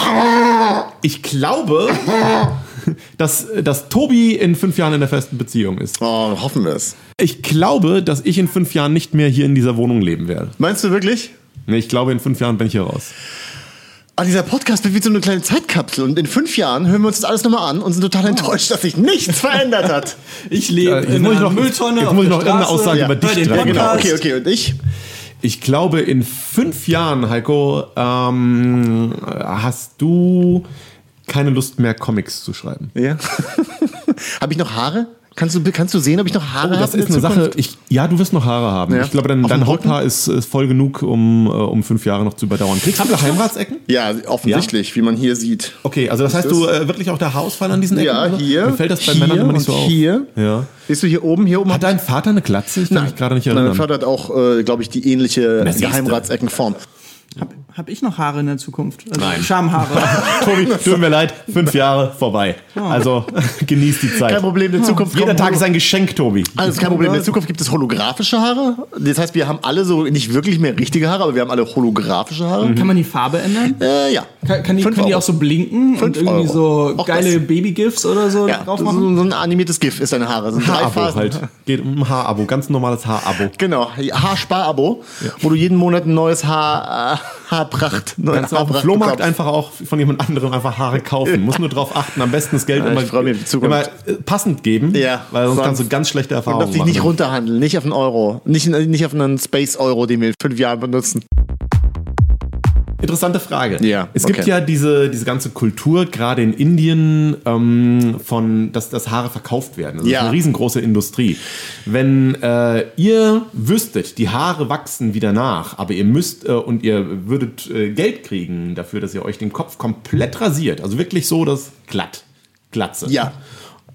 Speaker 2: Ähm, ich glaube, dass, dass Tobi in fünf Jahren in der festen Beziehung ist.
Speaker 1: Oh, hoffen wir es.
Speaker 2: Ich glaube, dass ich in fünf Jahren nicht mehr hier in dieser Wohnung leben werde.
Speaker 1: Meinst du wirklich?
Speaker 2: Nee, ich glaube, in fünf Jahren bin ich hier raus.
Speaker 1: Ah, dieser Podcast wird wie so eine kleine Zeitkapsel und in fünf Jahren hören wir uns das alles nochmal an und sind total enttäuscht, dass sich (laughs) nichts verändert hat.
Speaker 3: Ich lebe
Speaker 2: Äh, jetzt
Speaker 3: in
Speaker 2: muss ich
Speaker 3: einer
Speaker 2: noch-
Speaker 3: Mülltonne.
Speaker 2: jetzt
Speaker 3: auf
Speaker 2: muss ich
Speaker 3: der
Speaker 2: noch irgendeine
Speaker 3: Straße.
Speaker 2: Aussage über dich
Speaker 3: Hör den
Speaker 2: treffen. Ja, genau.
Speaker 1: Okay,
Speaker 3: Podcast.
Speaker 1: okay, und ich?
Speaker 2: Ich glaube, in fünf Jahren, Heiko, ähm, hast du keine Lust mehr, Comics zu schreiben.
Speaker 1: Ja. Habe ich noch Haare? Kannst du, kannst du sehen, ob ich noch Haare
Speaker 2: Oh,
Speaker 1: habe?
Speaker 2: das
Speaker 1: in
Speaker 2: ist
Speaker 1: der
Speaker 2: eine
Speaker 1: Zukunft?
Speaker 2: Sache. Ich, ja, du wirst noch Haare haben.
Speaker 1: Ja.
Speaker 2: Ich glaube, dein,
Speaker 1: Auf dem
Speaker 2: dein
Speaker 1: Rücken?
Speaker 2: Haupthaar ist, ist voll genug, um, äh, um fünf Jahre noch zu überdauern. Kriegst du wieder Heimratsecken?
Speaker 1: Ja, offensichtlich, wie man hier sieht.
Speaker 2: Okay, also das heißt, du äh, wirklich auch der Haarausfall an diesen Ecken?
Speaker 1: Ja,
Speaker 2: oder so?
Speaker 1: hier,
Speaker 2: Mir fällt das bei
Speaker 1: hier
Speaker 2: Männern immer nicht so
Speaker 1: und
Speaker 2: auf.
Speaker 1: hier.
Speaker 2: Ja.
Speaker 1: Siehst du hier oben? Hier oben
Speaker 2: Hat dein Vater eine Glatze? Ich kann mich gerade nicht
Speaker 1: Mein
Speaker 2: erinnern.
Speaker 1: Vater hat auch, äh, glaube ich, die ähnliche
Speaker 2: Na, siehste.
Speaker 1: Geheimratseckenform.
Speaker 3: Hab, hab ich noch Haare in der Zukunft? Also Schamhaare.
Speaker 1: (laughs)
Speaker 2: Tobi, tut mir leid, fünf Jahre vorbei. Also (laughs) genieß die Zeit.
Speaker 1: Oh. Kein Problem, in Zukunft
Speaker 2: Jeder
Speaker 1: kommen-
Speaker 2: Tag ist ein Geschenk, Tobi.
Speaker 1: Also kein Problem. In der Zukunft gibt es holographische Haare. Das heißt, wir haben alle so nicht wirklich mehr richtige Haare, aber wir haben alle holographische Haare.
Speaker 3: kann man die Farbe ändern?
Speaker 1: Äh, ja.
Speaker 3: Kann, kann, die,
Speaker 1: Fünf
Speaker 3: kann die
Speaker 1: Euro.
Speaker 3: auch so blinken
Speaker 1: Fünf
Speaker 3: und irgendwie
Speaker 1: Euro.
Speaker 3: so
Speaker 1: Auch
Speaker 3: geile
Speaker 1: das.
Speaker 3: Baby-GIFs oder so
Speaker 1: Ja, das
Speaker 3: drauf
Speaker 1: ist
Speaker 3: machen?
Speaker 1: so ein animiertes GIF ist deine Haare. So ein
Speaker 2: Haarabo
Speaker 1: Dreiphasen.
Speaker 2: halt. Geht um ein Haarabo, ganz normales Haarabo.
Speaker 1: Genau, Haarsparabo, wo du jeden Monat ein neues Haar, äh, Haarpracht. Neue
Speaker 2: Kannst du auf dem
Speaker 1: Haarpracht
Speaker 2: Flohmarkt
Speaker 1: bekommen.
Speaker 2: einfach auch von jemand anderem einfach Haare kaufen. Muss nur drauf achten. Am besten das Geld
Speaker 1: Ja, ich
Speaker 2: immer,
Speaker 1: freu mich auf die Zukunft.
Speaker 2: immer äh, passend geben,
Speaker 1: Ja,
Speaker 2: weil sonst,
Speaker 1: sonst-
Speaker 2: kannst du ganz schlechte
Speaker 1: Und
Speaker 2: Erfahrungen
Speaker 1: dass ich
Speaker 2: machen.
Speaker 1: nicht runterhandeln, nicht auf einen Euro, nicht, nicht auf einen Space-Euro, den wir in fünf Jahren benutzen.
Speaker 2: Interessante Frage.
Speaker 1: Ja,
Speaker 2: es
Speaker 1: okay.
Speaker 2: gibt ja diese, diese ganze Kultur, gerade in Indien, ähm, von, dass, dass Haare verkauft werden. Also Das
Speaker 1: Ja.
Speaker 2: ist eine riesengroße Industrie. Wenn äh, ihr wüsstet, die Haare wachsen wieder nach, aber ihr müsst äh, und ihr würdet äh, Geld kriegen dafür, dass ihr euch den Kopf komplett rasiert, also wirklich so, dass glatt, glatze.
Speaker 1: Ja.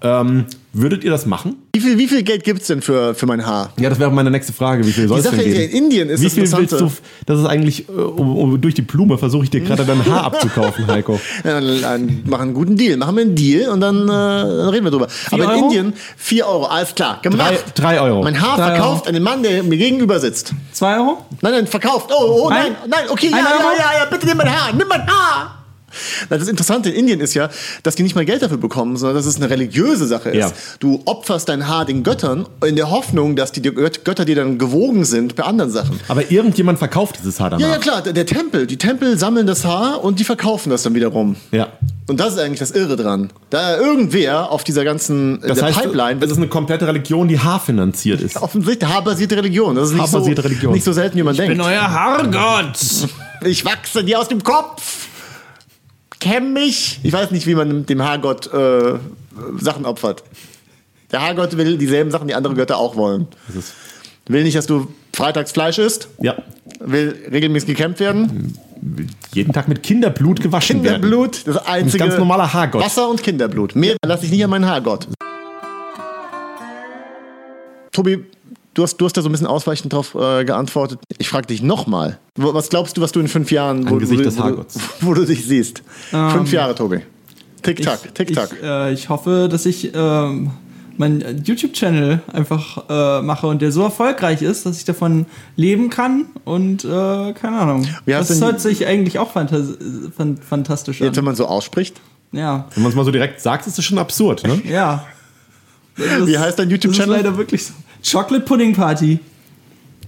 Speaker 2: Ähm, würdet ihr das machen?
Speaker 1: Wie viel, wie viel Geld gibt's denn für, für mein Haar?
Speaker 2: Ja, das wäre meine nächste Frage. Wie viel soll
Speaker 1: Die
Speaker 2: es denn
Speaker 1: Sache
Speaker 2: geben?
Speaker 1: ist ja, in Indien ist
Speaker 2: Wie
Speaker 1: das
Speaker 2: viel willst
Speaker 1: Interessante.
Speaker 2: du, das ist eigentlich, äh, um, um, durch die Blume versuche ich dir gerade dein
Speaker 1: (laughs)
Speaker 2: Haar abzukaufen, Heiko.
Speaker 1: Ja, dann, dann machen einen guten Deal. Machen wir einen Deal und dann, äh, dann reden wir drüber. Aber in
Speaker 2: Euro?
Speaker 1: Indien 4 Euro, alles klar. Gemacht.
Speaker 2: Drei, drei Euro.
Speaker 1: Mein Haar
Speaker 3: Drei
Speaker 1: verkauft an den Mann, der mir gegenüber sitzt.
Speaker 3: Zwei Euro?
Speaker 1: Nein, nein, verkauft. Oh, oh,
Speaker 3: Ein-
Speaker 1: nein, nein, okay, ja,
Speaker 3: ein
Speaker 1: ja,
Speaker 3: Euro?
Speaker 1: ja, ja, bitte nimm mein Haar, nimm mein Haar. Na, Das Interessante in Indien ist ja, dass die nicht mal Geld dafür bekommen, sondern dass es eine religiöse Sache ist.
Speaker 2: Ja.
Speaker 1: Du opferst dein Haar den Göttern in der Hoffnung, dass die Gött- Götter dir dann gewogen sind bei anderen Sachen.
Speaker 2: Aber irgendjemand verkauft dieses Haar danach.
Speaker 1: Ja, ja, klar, der, der Tempel. Die Tempel sammeln das Haar und die verkaufen das dann wiederum.
Speaker 2: Ja.
Speaker 1: Und das ist eigentlich das Irre dran. Da irgendwer auf dieser ganzen in
Speaker 2: Das
Speaker 1: der
Speaker 2: heißt,
Speaker 1: Pipeline,
Speaker 2: das ist eine komplette Religion, die haarfinanziert ist.
Speaker 1: offensichtlich haarbasierte Religion. Das ist nicht, so,
Speaker 2: Haarbasierte Religion.
Speaker 1: nicht so selten, wie man denkt.
Speaker 3: Bin euer Haargott.
Speaker 1: Ich wachse dir aus dem Kopf. Kenn mich. Ich weiß nicht, wie man dem Haargott äh, Sachen opfert. Der Haargott will dieselben Sachen, die andere Götter auch wollen.
Speaker 2: ist-
Speaker 1: Will nicht, dass du freitags Fleisch isst.
Speaker 2: Ja.
Speaker 1: Will regelmäßig gekämpft werden.
Speaker 2: Jeden Tag mit Kinderblut gewaschen werden.
Speaker 1: Kinderblut, das einzige.
Speaker 2: ganz normaler Haargott.
Speaker 1: Wasser und Kinderblut. Mehr lasse ich nicht an meinen Haargott. Tobi, du hast, du hast da so ein bisschen ausweichend drauf äh, geantwortet. Ich frage dich nochmal. Was glaubst du, was du in fünf Jahren, wo,
Speaker 2: Angesichts
Speaker 1: wo,
Speaker 2: des
Speaker 1: wo, du-
Speaker 2: Haargotts. Ähm.
Speaker 1: wo du dich siehst? fünf Jahre, Tobi. Tick-Tack,
Speaker 3: Ich-
Speaker 1: Tick-Tack.
Speaker 3: Ich, äh, ich hoffe, dass ich ähm, meinen YouTube-Channel einfach äh, mache und der so erfolgreich ist, dass ich davon leben kann und äh, keine Ahnung.
Speaker 1: Wie heißt
Speaker 3: das
Speaker 1: denn-
Speaker 3: hört sich eigentlich auch fantas fan fantastisch
Speaker 1: Jetzt, wenn
Speaker 3: an.
Speaker 1: man so ausspricht.
Speaker 3: Ja,
Speaker 2: Wenn man es mal so direkt sagt, ist das schon
Speaker 1: (laughs)
Speaker 2: absurd, ne?
Speaker 3: ja. Das
Speaker 1: Wie
Speaker 3: ist-
Speaker 1: heißt dein
Speaker 3: Das ist
Speaker 1: YouTube-Channel?
Speaker 3: leider wirklich so. Chocolate Pudding Party.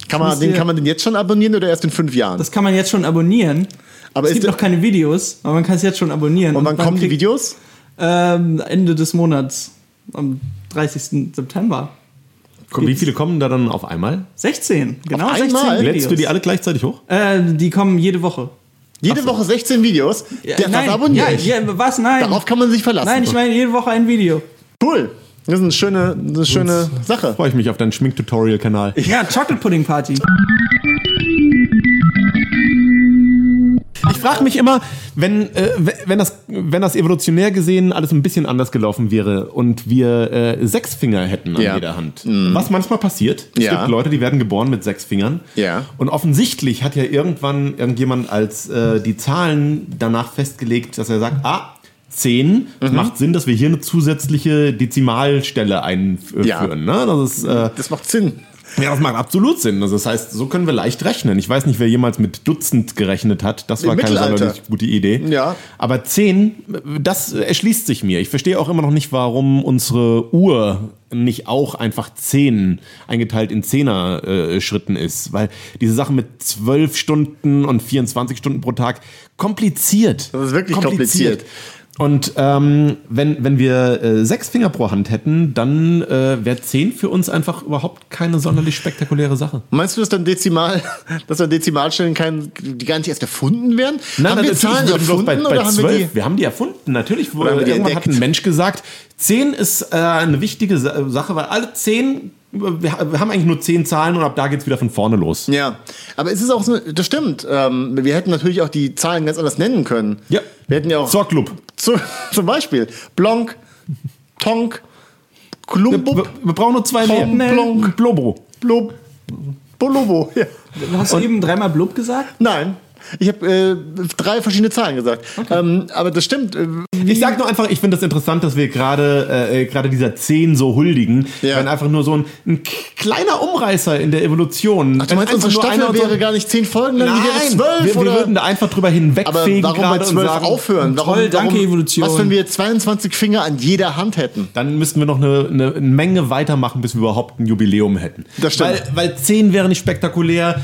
Speaker 1: Kann man,
Speaker 3: muss
Speaker 1: den,
Speaker 3: dir-
Speaker 1: kann man den jetzt schon abonnieren oder erst in fünf Jahren?
Speaker 3: Das kann man jetzt schon abonnieren.
Speaker 1: Aber
Speaker 3: es
Speaker 1: ist
Speaker 3: gibt
Speaker 1: der-
Speaker 3: noch keine Videos, aber man kann es jetzt schon abonnieren.
Speaker 1: Und wann kommen die
Speaker 3: kriegt-
Speaker 1: Videos?
Speaker 3: Ähm, Ende des Monats, am 30. September.
Speaker 2: Wie viele kommen da dann auf einmal?
Speaker 3: 16, genau.
Speaker 1: Auf
Speaker 3: 16
Speaker 1: einmal?
Speaker 3: Videos.
Speaker 2: Lädst du die alle gleichzeitig hoch?
Speaker 3: Äh, die kommen jede Woche.
Speaker 1: Jede Woche 16 Videos.
Speaker 3: Ja,
Speaker 1: das
Speaker 3: nein,
Speaker 1: abonniere
Speaker 3: ja,
Speaker 1: ich.
Speaker 3: ja, was? Nein.
Speaker 1: Darauf kann man sich verlassen.
Speaker 3: Nein, ich meine jede Woche ein Video.
Speaker 1: Cool. Das ist eine schöne, eine schöne Sache.
Speaker 2: Freue ich mich auf deinen Schminktutorial-Kanal.
Speaker 3: Ja, Chocolate Pudding Party.
Speaker 2: Ich frage mich immer, wenn, äh, w- wenn, das, wenn das evolutionär gesehen alles ein bisschen anders gelaufen wäre und wir äh, sechs Finger hätten an
Speaker 1: Ja. Mhm.
Speaker 2: jeder Hand. Was manchmal passiert. Es
Speaker 1: Ja.
Speaker 2: gibt Leute, die werden geboren mit sechs Fingern.
Speaker 1: Ja.
Speaker 2: Und offensichtlich hat ja irgendwann irgendjemand als äh, die Zahlen danach festgelegt, dass er sagt, ah, 10,
Speaker 1: Mhm.
Speaker 2: es macht Sinn, dass wir hier eine zusätzliche Dezimalstelle einführen.
Speaker 1: Ja.
Speaker 2: Ne? Das ist äh,
Speaker 1: Das macht Sinn.
Speaker 2: ja, das macht absolut Sinn. Also das heißt, so können wir leicht rechnen. Ich weiß nicht, wer jemals mit Dutzend gerechnet hat. Das
Speaker 1: Im
Speaker 2: war keine
Speaker 1: Mittelalter.
Speaker 2: sonderlich gute Idee.
Speaker 1: Ja.
Speaker 2: Aber zehn, das erschließt sich mir. Ich verstehe auch immer noch nicht, warum unsere Uhr nicht auch einfach zehn eingeteilt in Zehner-Schritten ist. Weil diese Sache mit zwölf Stunden und 24 Stunden pro Tag kompliziert.
Speaker 1: Das ist wirklich kompliziert.
Speaker 2: Und ähm, wenn, wenn wir äh, sechs Finger pro Hand hätten, dann äh, wäre zehn für uns einfach überhaupt keine sonderlich spektakuläre Sache.
Speaker 1: Meinst du, dass dann Dezimal, (laughs) dass dann Dezimalstellen kein, die gar nicht erst erfunden werden? haben wir
Speaker 2: natürlich
Speaker 1: Zahlen
Speaker 2: würden wir auch
Speaker 1: erfunden
Speaker 2: bei, bei
Speaker 1: oder haben wir die?
Speaker 2: 12 wir haben die erfunden, natürlich. Wo,
Speaker 1: Oder haben wir die
Speaker 2: irgendwann
Speaker 1: entdeckt?
Speaker 2: hat ein Mensch gesagt, 10 ist äh, eine wichtige Sa- Sache, weil alle 10, wir, wir haben eigentlich nur 10 Zahlen und ab da geht's wieder von vorne los.
Speaker 1: Ja, aber es ist auch so, das stimmt. Ähm, wir hätten natürlich auch die Zahlen ganz anders nennen können. (laughs)
Speaker 2: Ja.
Speaker 1: Wir hätten ja auch
Speaker 2: Zur Club.
Speaker 1: zu, zum Beispiel Blonk, Tonk,
Speaker 2: Wir,
Speaker 1: Klumbup,
Speaker 2: wir brauchen nur zwei
Speaker 1: Plonk,
Speaker 2: mehr.
Speaker 1: plonk.
Speaker 2: Blobo.
Speaker 1: Blub, Bolobo. Ja.
Speaker 3: Hast du eben dreimal Blub gesagt?
Speaker 1: Nein, ich habe äh, drei verschiedene Zahlen gesagt. Ähm, aber das stimmt. äh,
Speaker 2: Ich sag nur einfach, ich finde das interessant, dass wir gerade äh, gerade dieser 10 so huldigen,
Speaker 1: Ja.
Speaker 2: wenn einfach nur so ein, ein k- kleiner Umreißer in der Evolution.
Speaker 1: Ach, du meinst, unsere Staffel wäre gar nicht zehn Folgen lang,
Speaker 2: Nein,
Speaker 1: die wäre zwölf
Speaker 2: wir, wir
Speaker 1: oder?
Speaker 2: würden da einfach drüber
Speaker 1: aber warum
Speaker 2: hinwegfegen
Speaker 1: bei
Speaker 2: gerade und
Speaker 1: zwölf
Speaker 2: sagen,
Speaker 1: aufhören? Warum,
Speaker 3: toll, danke,
Speaker 1: warum,
Speaker 3: Evolution.
Speaker 1: Was, wenn wir 22 Finger an jeder Hand hätten?
Speaker 2: dann müssten wir noch eine, eine Menge weitermachen, bis wir überhaupt ein Jubiläum hätten.
Speaker 1: Das stimmt.
Speaker 2: Weil, weil 10 wäre nicht spektakulär,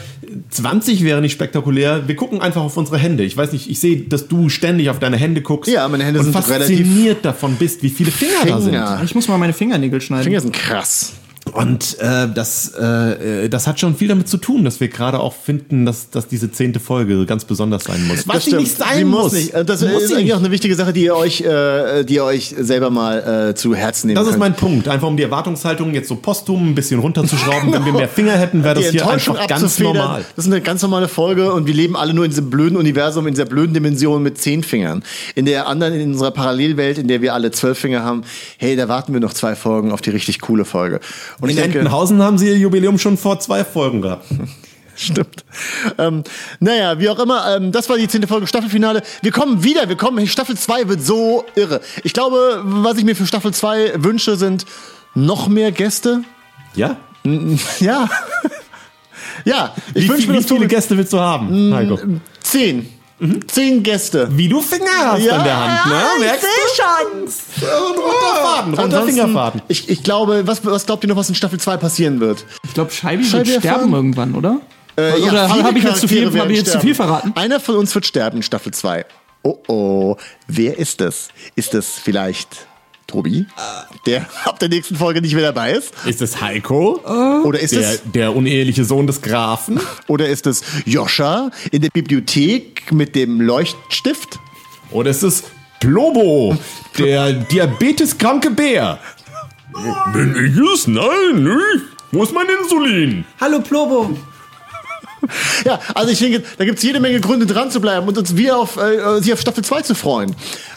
Speaker 2: 20 wäre nicht spektakulär. Wir gucken einfach auf unsere Hände. Ich weiß nicht, ich sehe, dass du ständig auf deine Hände guckst.
Speaker 1: Ja, meine Hände
Speaker 2: und
Speaker 1: sind
Speaker 2: fasziniert
Speaker 1: relativ-
Speaker 2: davon bist, wie viele Finger, da sind.
Speaker 1: Finger.
Speaker 3: Ich muss mal meine Fingernägel schneiden.
Speaker 1: Finger sind krass.
Speaker 2: Und äh, das, äh, äh, das hat schon viel damit zu tun, dass wir gerade auch finden, dass, dass diese zehnte Folge ganz besonders sein muss. Was
Speaker 1: Das
Speaker 2: sie
Speaker 1: stimmt.
Speaker 2: nicht sein
Speaker 1: Sie
Speaker 2: muss.
Speaker 1: Nicht. Und Das ist
Speaker 2: sie
Speaker 1: eigentlich
Speaker 2: nicht.
Speaker 1: auch eine wichtige Sache, die ihr euch, äh, die ihr euch selber mal äh, zu Herzen nehmen
Speaker 2: Das ist
Speaker 1: könnt.
Speaker 2: mein Punkt. Einfach um die Erwartungshaltung jetzt so posthum ein
Speaker 1: (laughs)
Speaker 2: bisschen runterzuschrauben. Wenn wir mehr Finger hätten, wäre das
Speaker 1: die
Speaker 2: hier
Speaker 1: Enttäuschung
Speaker 2: einfach ganz
Speaker 1: abzufedern.
Speaker 2: normal.
Speaker 1: Das ist eine ganz normale Folge und wir leben alle nur in diesem blöden Universum, in dieser blöden Dimension mit zehn Fingern. In der anderen, in unserer Parallelwelt, in der wir alle zwölf Finger haben, hey, da warten wir noch zwei Folgen auf die richtig coole Folge. Und
Speaker 2: In Entenhausen haben sie ihr Jubiläum schon vor zwei Folgen gehabt.
Speaker 1: Stimmt. Ähm, naja, wie auch immer, ähm, das war die zehnte Folge Staffelfinale. Wir kommen wieder, wir kommen. Staffel 2 wird so irre. Ich glaube, was ich mir für Staffel 2 wünsche, sind noch mehr Gäste.
Speaker 2: Ja?
Speaker 1: Ja. (laughs) ja,
Speaker 2: Wie,
Speaker 1: ich wünsche
Speaker 2: viel, Mhm.
Speaker 1: mir
Speaker 2: wie
Speaker 1: das
Speaker 2: viele Gäste willst du
Speaker 1: Mm.
Speaker 2: haben, Heiko?
Speaker 1: Zehn. Zehn Gäste.
Speaker 2: Wie du Finger hast
Speaker 1: Ja,
Speaker 2: an der Hand, ne? Merkst du schon. Runterfaden, runter
Speaker 1: Ansonsten,
Speaker 2: Fingerfaden.
Speaker 1: Ich, ich glaube, was, was glaubt ihr noch, was in Staffel 2 passieren wird?
Speaker 3: Ich glaube, Scheibe wird
Speaker 1: Scheibe
Speaker 3: sterben
Speaker 1: erfahren.
Speaker 3: irgendwann, oder?
Speaker 1: Äh, ja,
Speaker 3: oder
Speaker 1: viele
Speaker 3: habe ich jetzt zu viel,
Speaker 1: Charaktere
Speaker 3: hab ich
Speaker 1: werden
Speaker 3: jetzt zu viel
Speaker 1: sterben.
Speaker 3: verraten?
Speaker 1: Einer von uns wird sterben in Staffel 2. Oh oh, wer ist das? Ist das vielleicht Tobi, der ab der nächsten Folge nicht mehr dabei ist?
Speaker 2: Ist es Heiko?
Speaker 1: Oh. Oder ist
Speaker 2: der,
Speaker 1: es
Speaker 2: der uneheliche Sohn des Grafen?
Speaker 1: oder ist es Joscha in der Bibliothek mit dem Leuchtstift?
Speaker 2: Oder ist es Plobo, der diabeteskranke Bär? Bin ich es? Nein, nicht. Wo ist mein Insulin?
Speaker 3: Hallo Plobo!
Speaker 1: Ja, also ich denke, da gibt's jede Menge Gründe dran zu bleiben und uns wieder auf, äh, sich auf Staffel 2 zu freuen.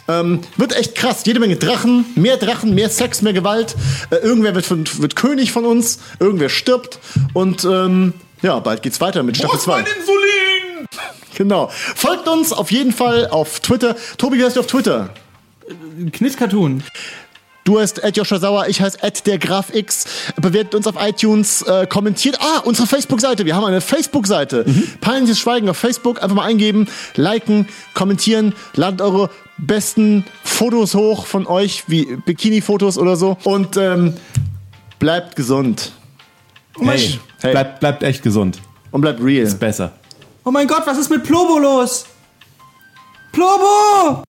Speaker 1: Ähm, wird echt krass. Jede Menge Drachen, mehr Drachen, mehr Sex, mehr Gewalt. Äh, irgendwer wird, von, wird König von uns, irgendwer stirbt und ähm, ja, bald geht's weiter mit Staffel 2.
Speaker 2: Insulin?
Speaker 1: (laughs) Genau. Folgt uns auf jeden Fall auf Twitter. Tobi, wie heißt du auf Twitter?
Speaker 3: Knitcartoon.
Speaker 1: Du heißt at Joscha Sauer, ich heiße at der Graf X. Bewertet uns auf iTunes, äh, kommentiert. Ah, unsere Facebook-Seite. Wir haben eine Facebook-Seite. Peinliches Schweigen auf Facebook. Einfach mal eingeben, liken, kommentieren. Ladet eure besten Fotos hoch von euch, wie Bikini-Fotos oder so. Und ähm, bleibt gesund
Speaker 2: Hey,
Speaker 1: Hey.
Speaker 2: Bleibt, bleibt echt gesund.
Speaker 1: und bleibt real.
Speaker 2: Besser.
Speaker 3: Oh mein Gott, was ist mit Plobo los? Plobo!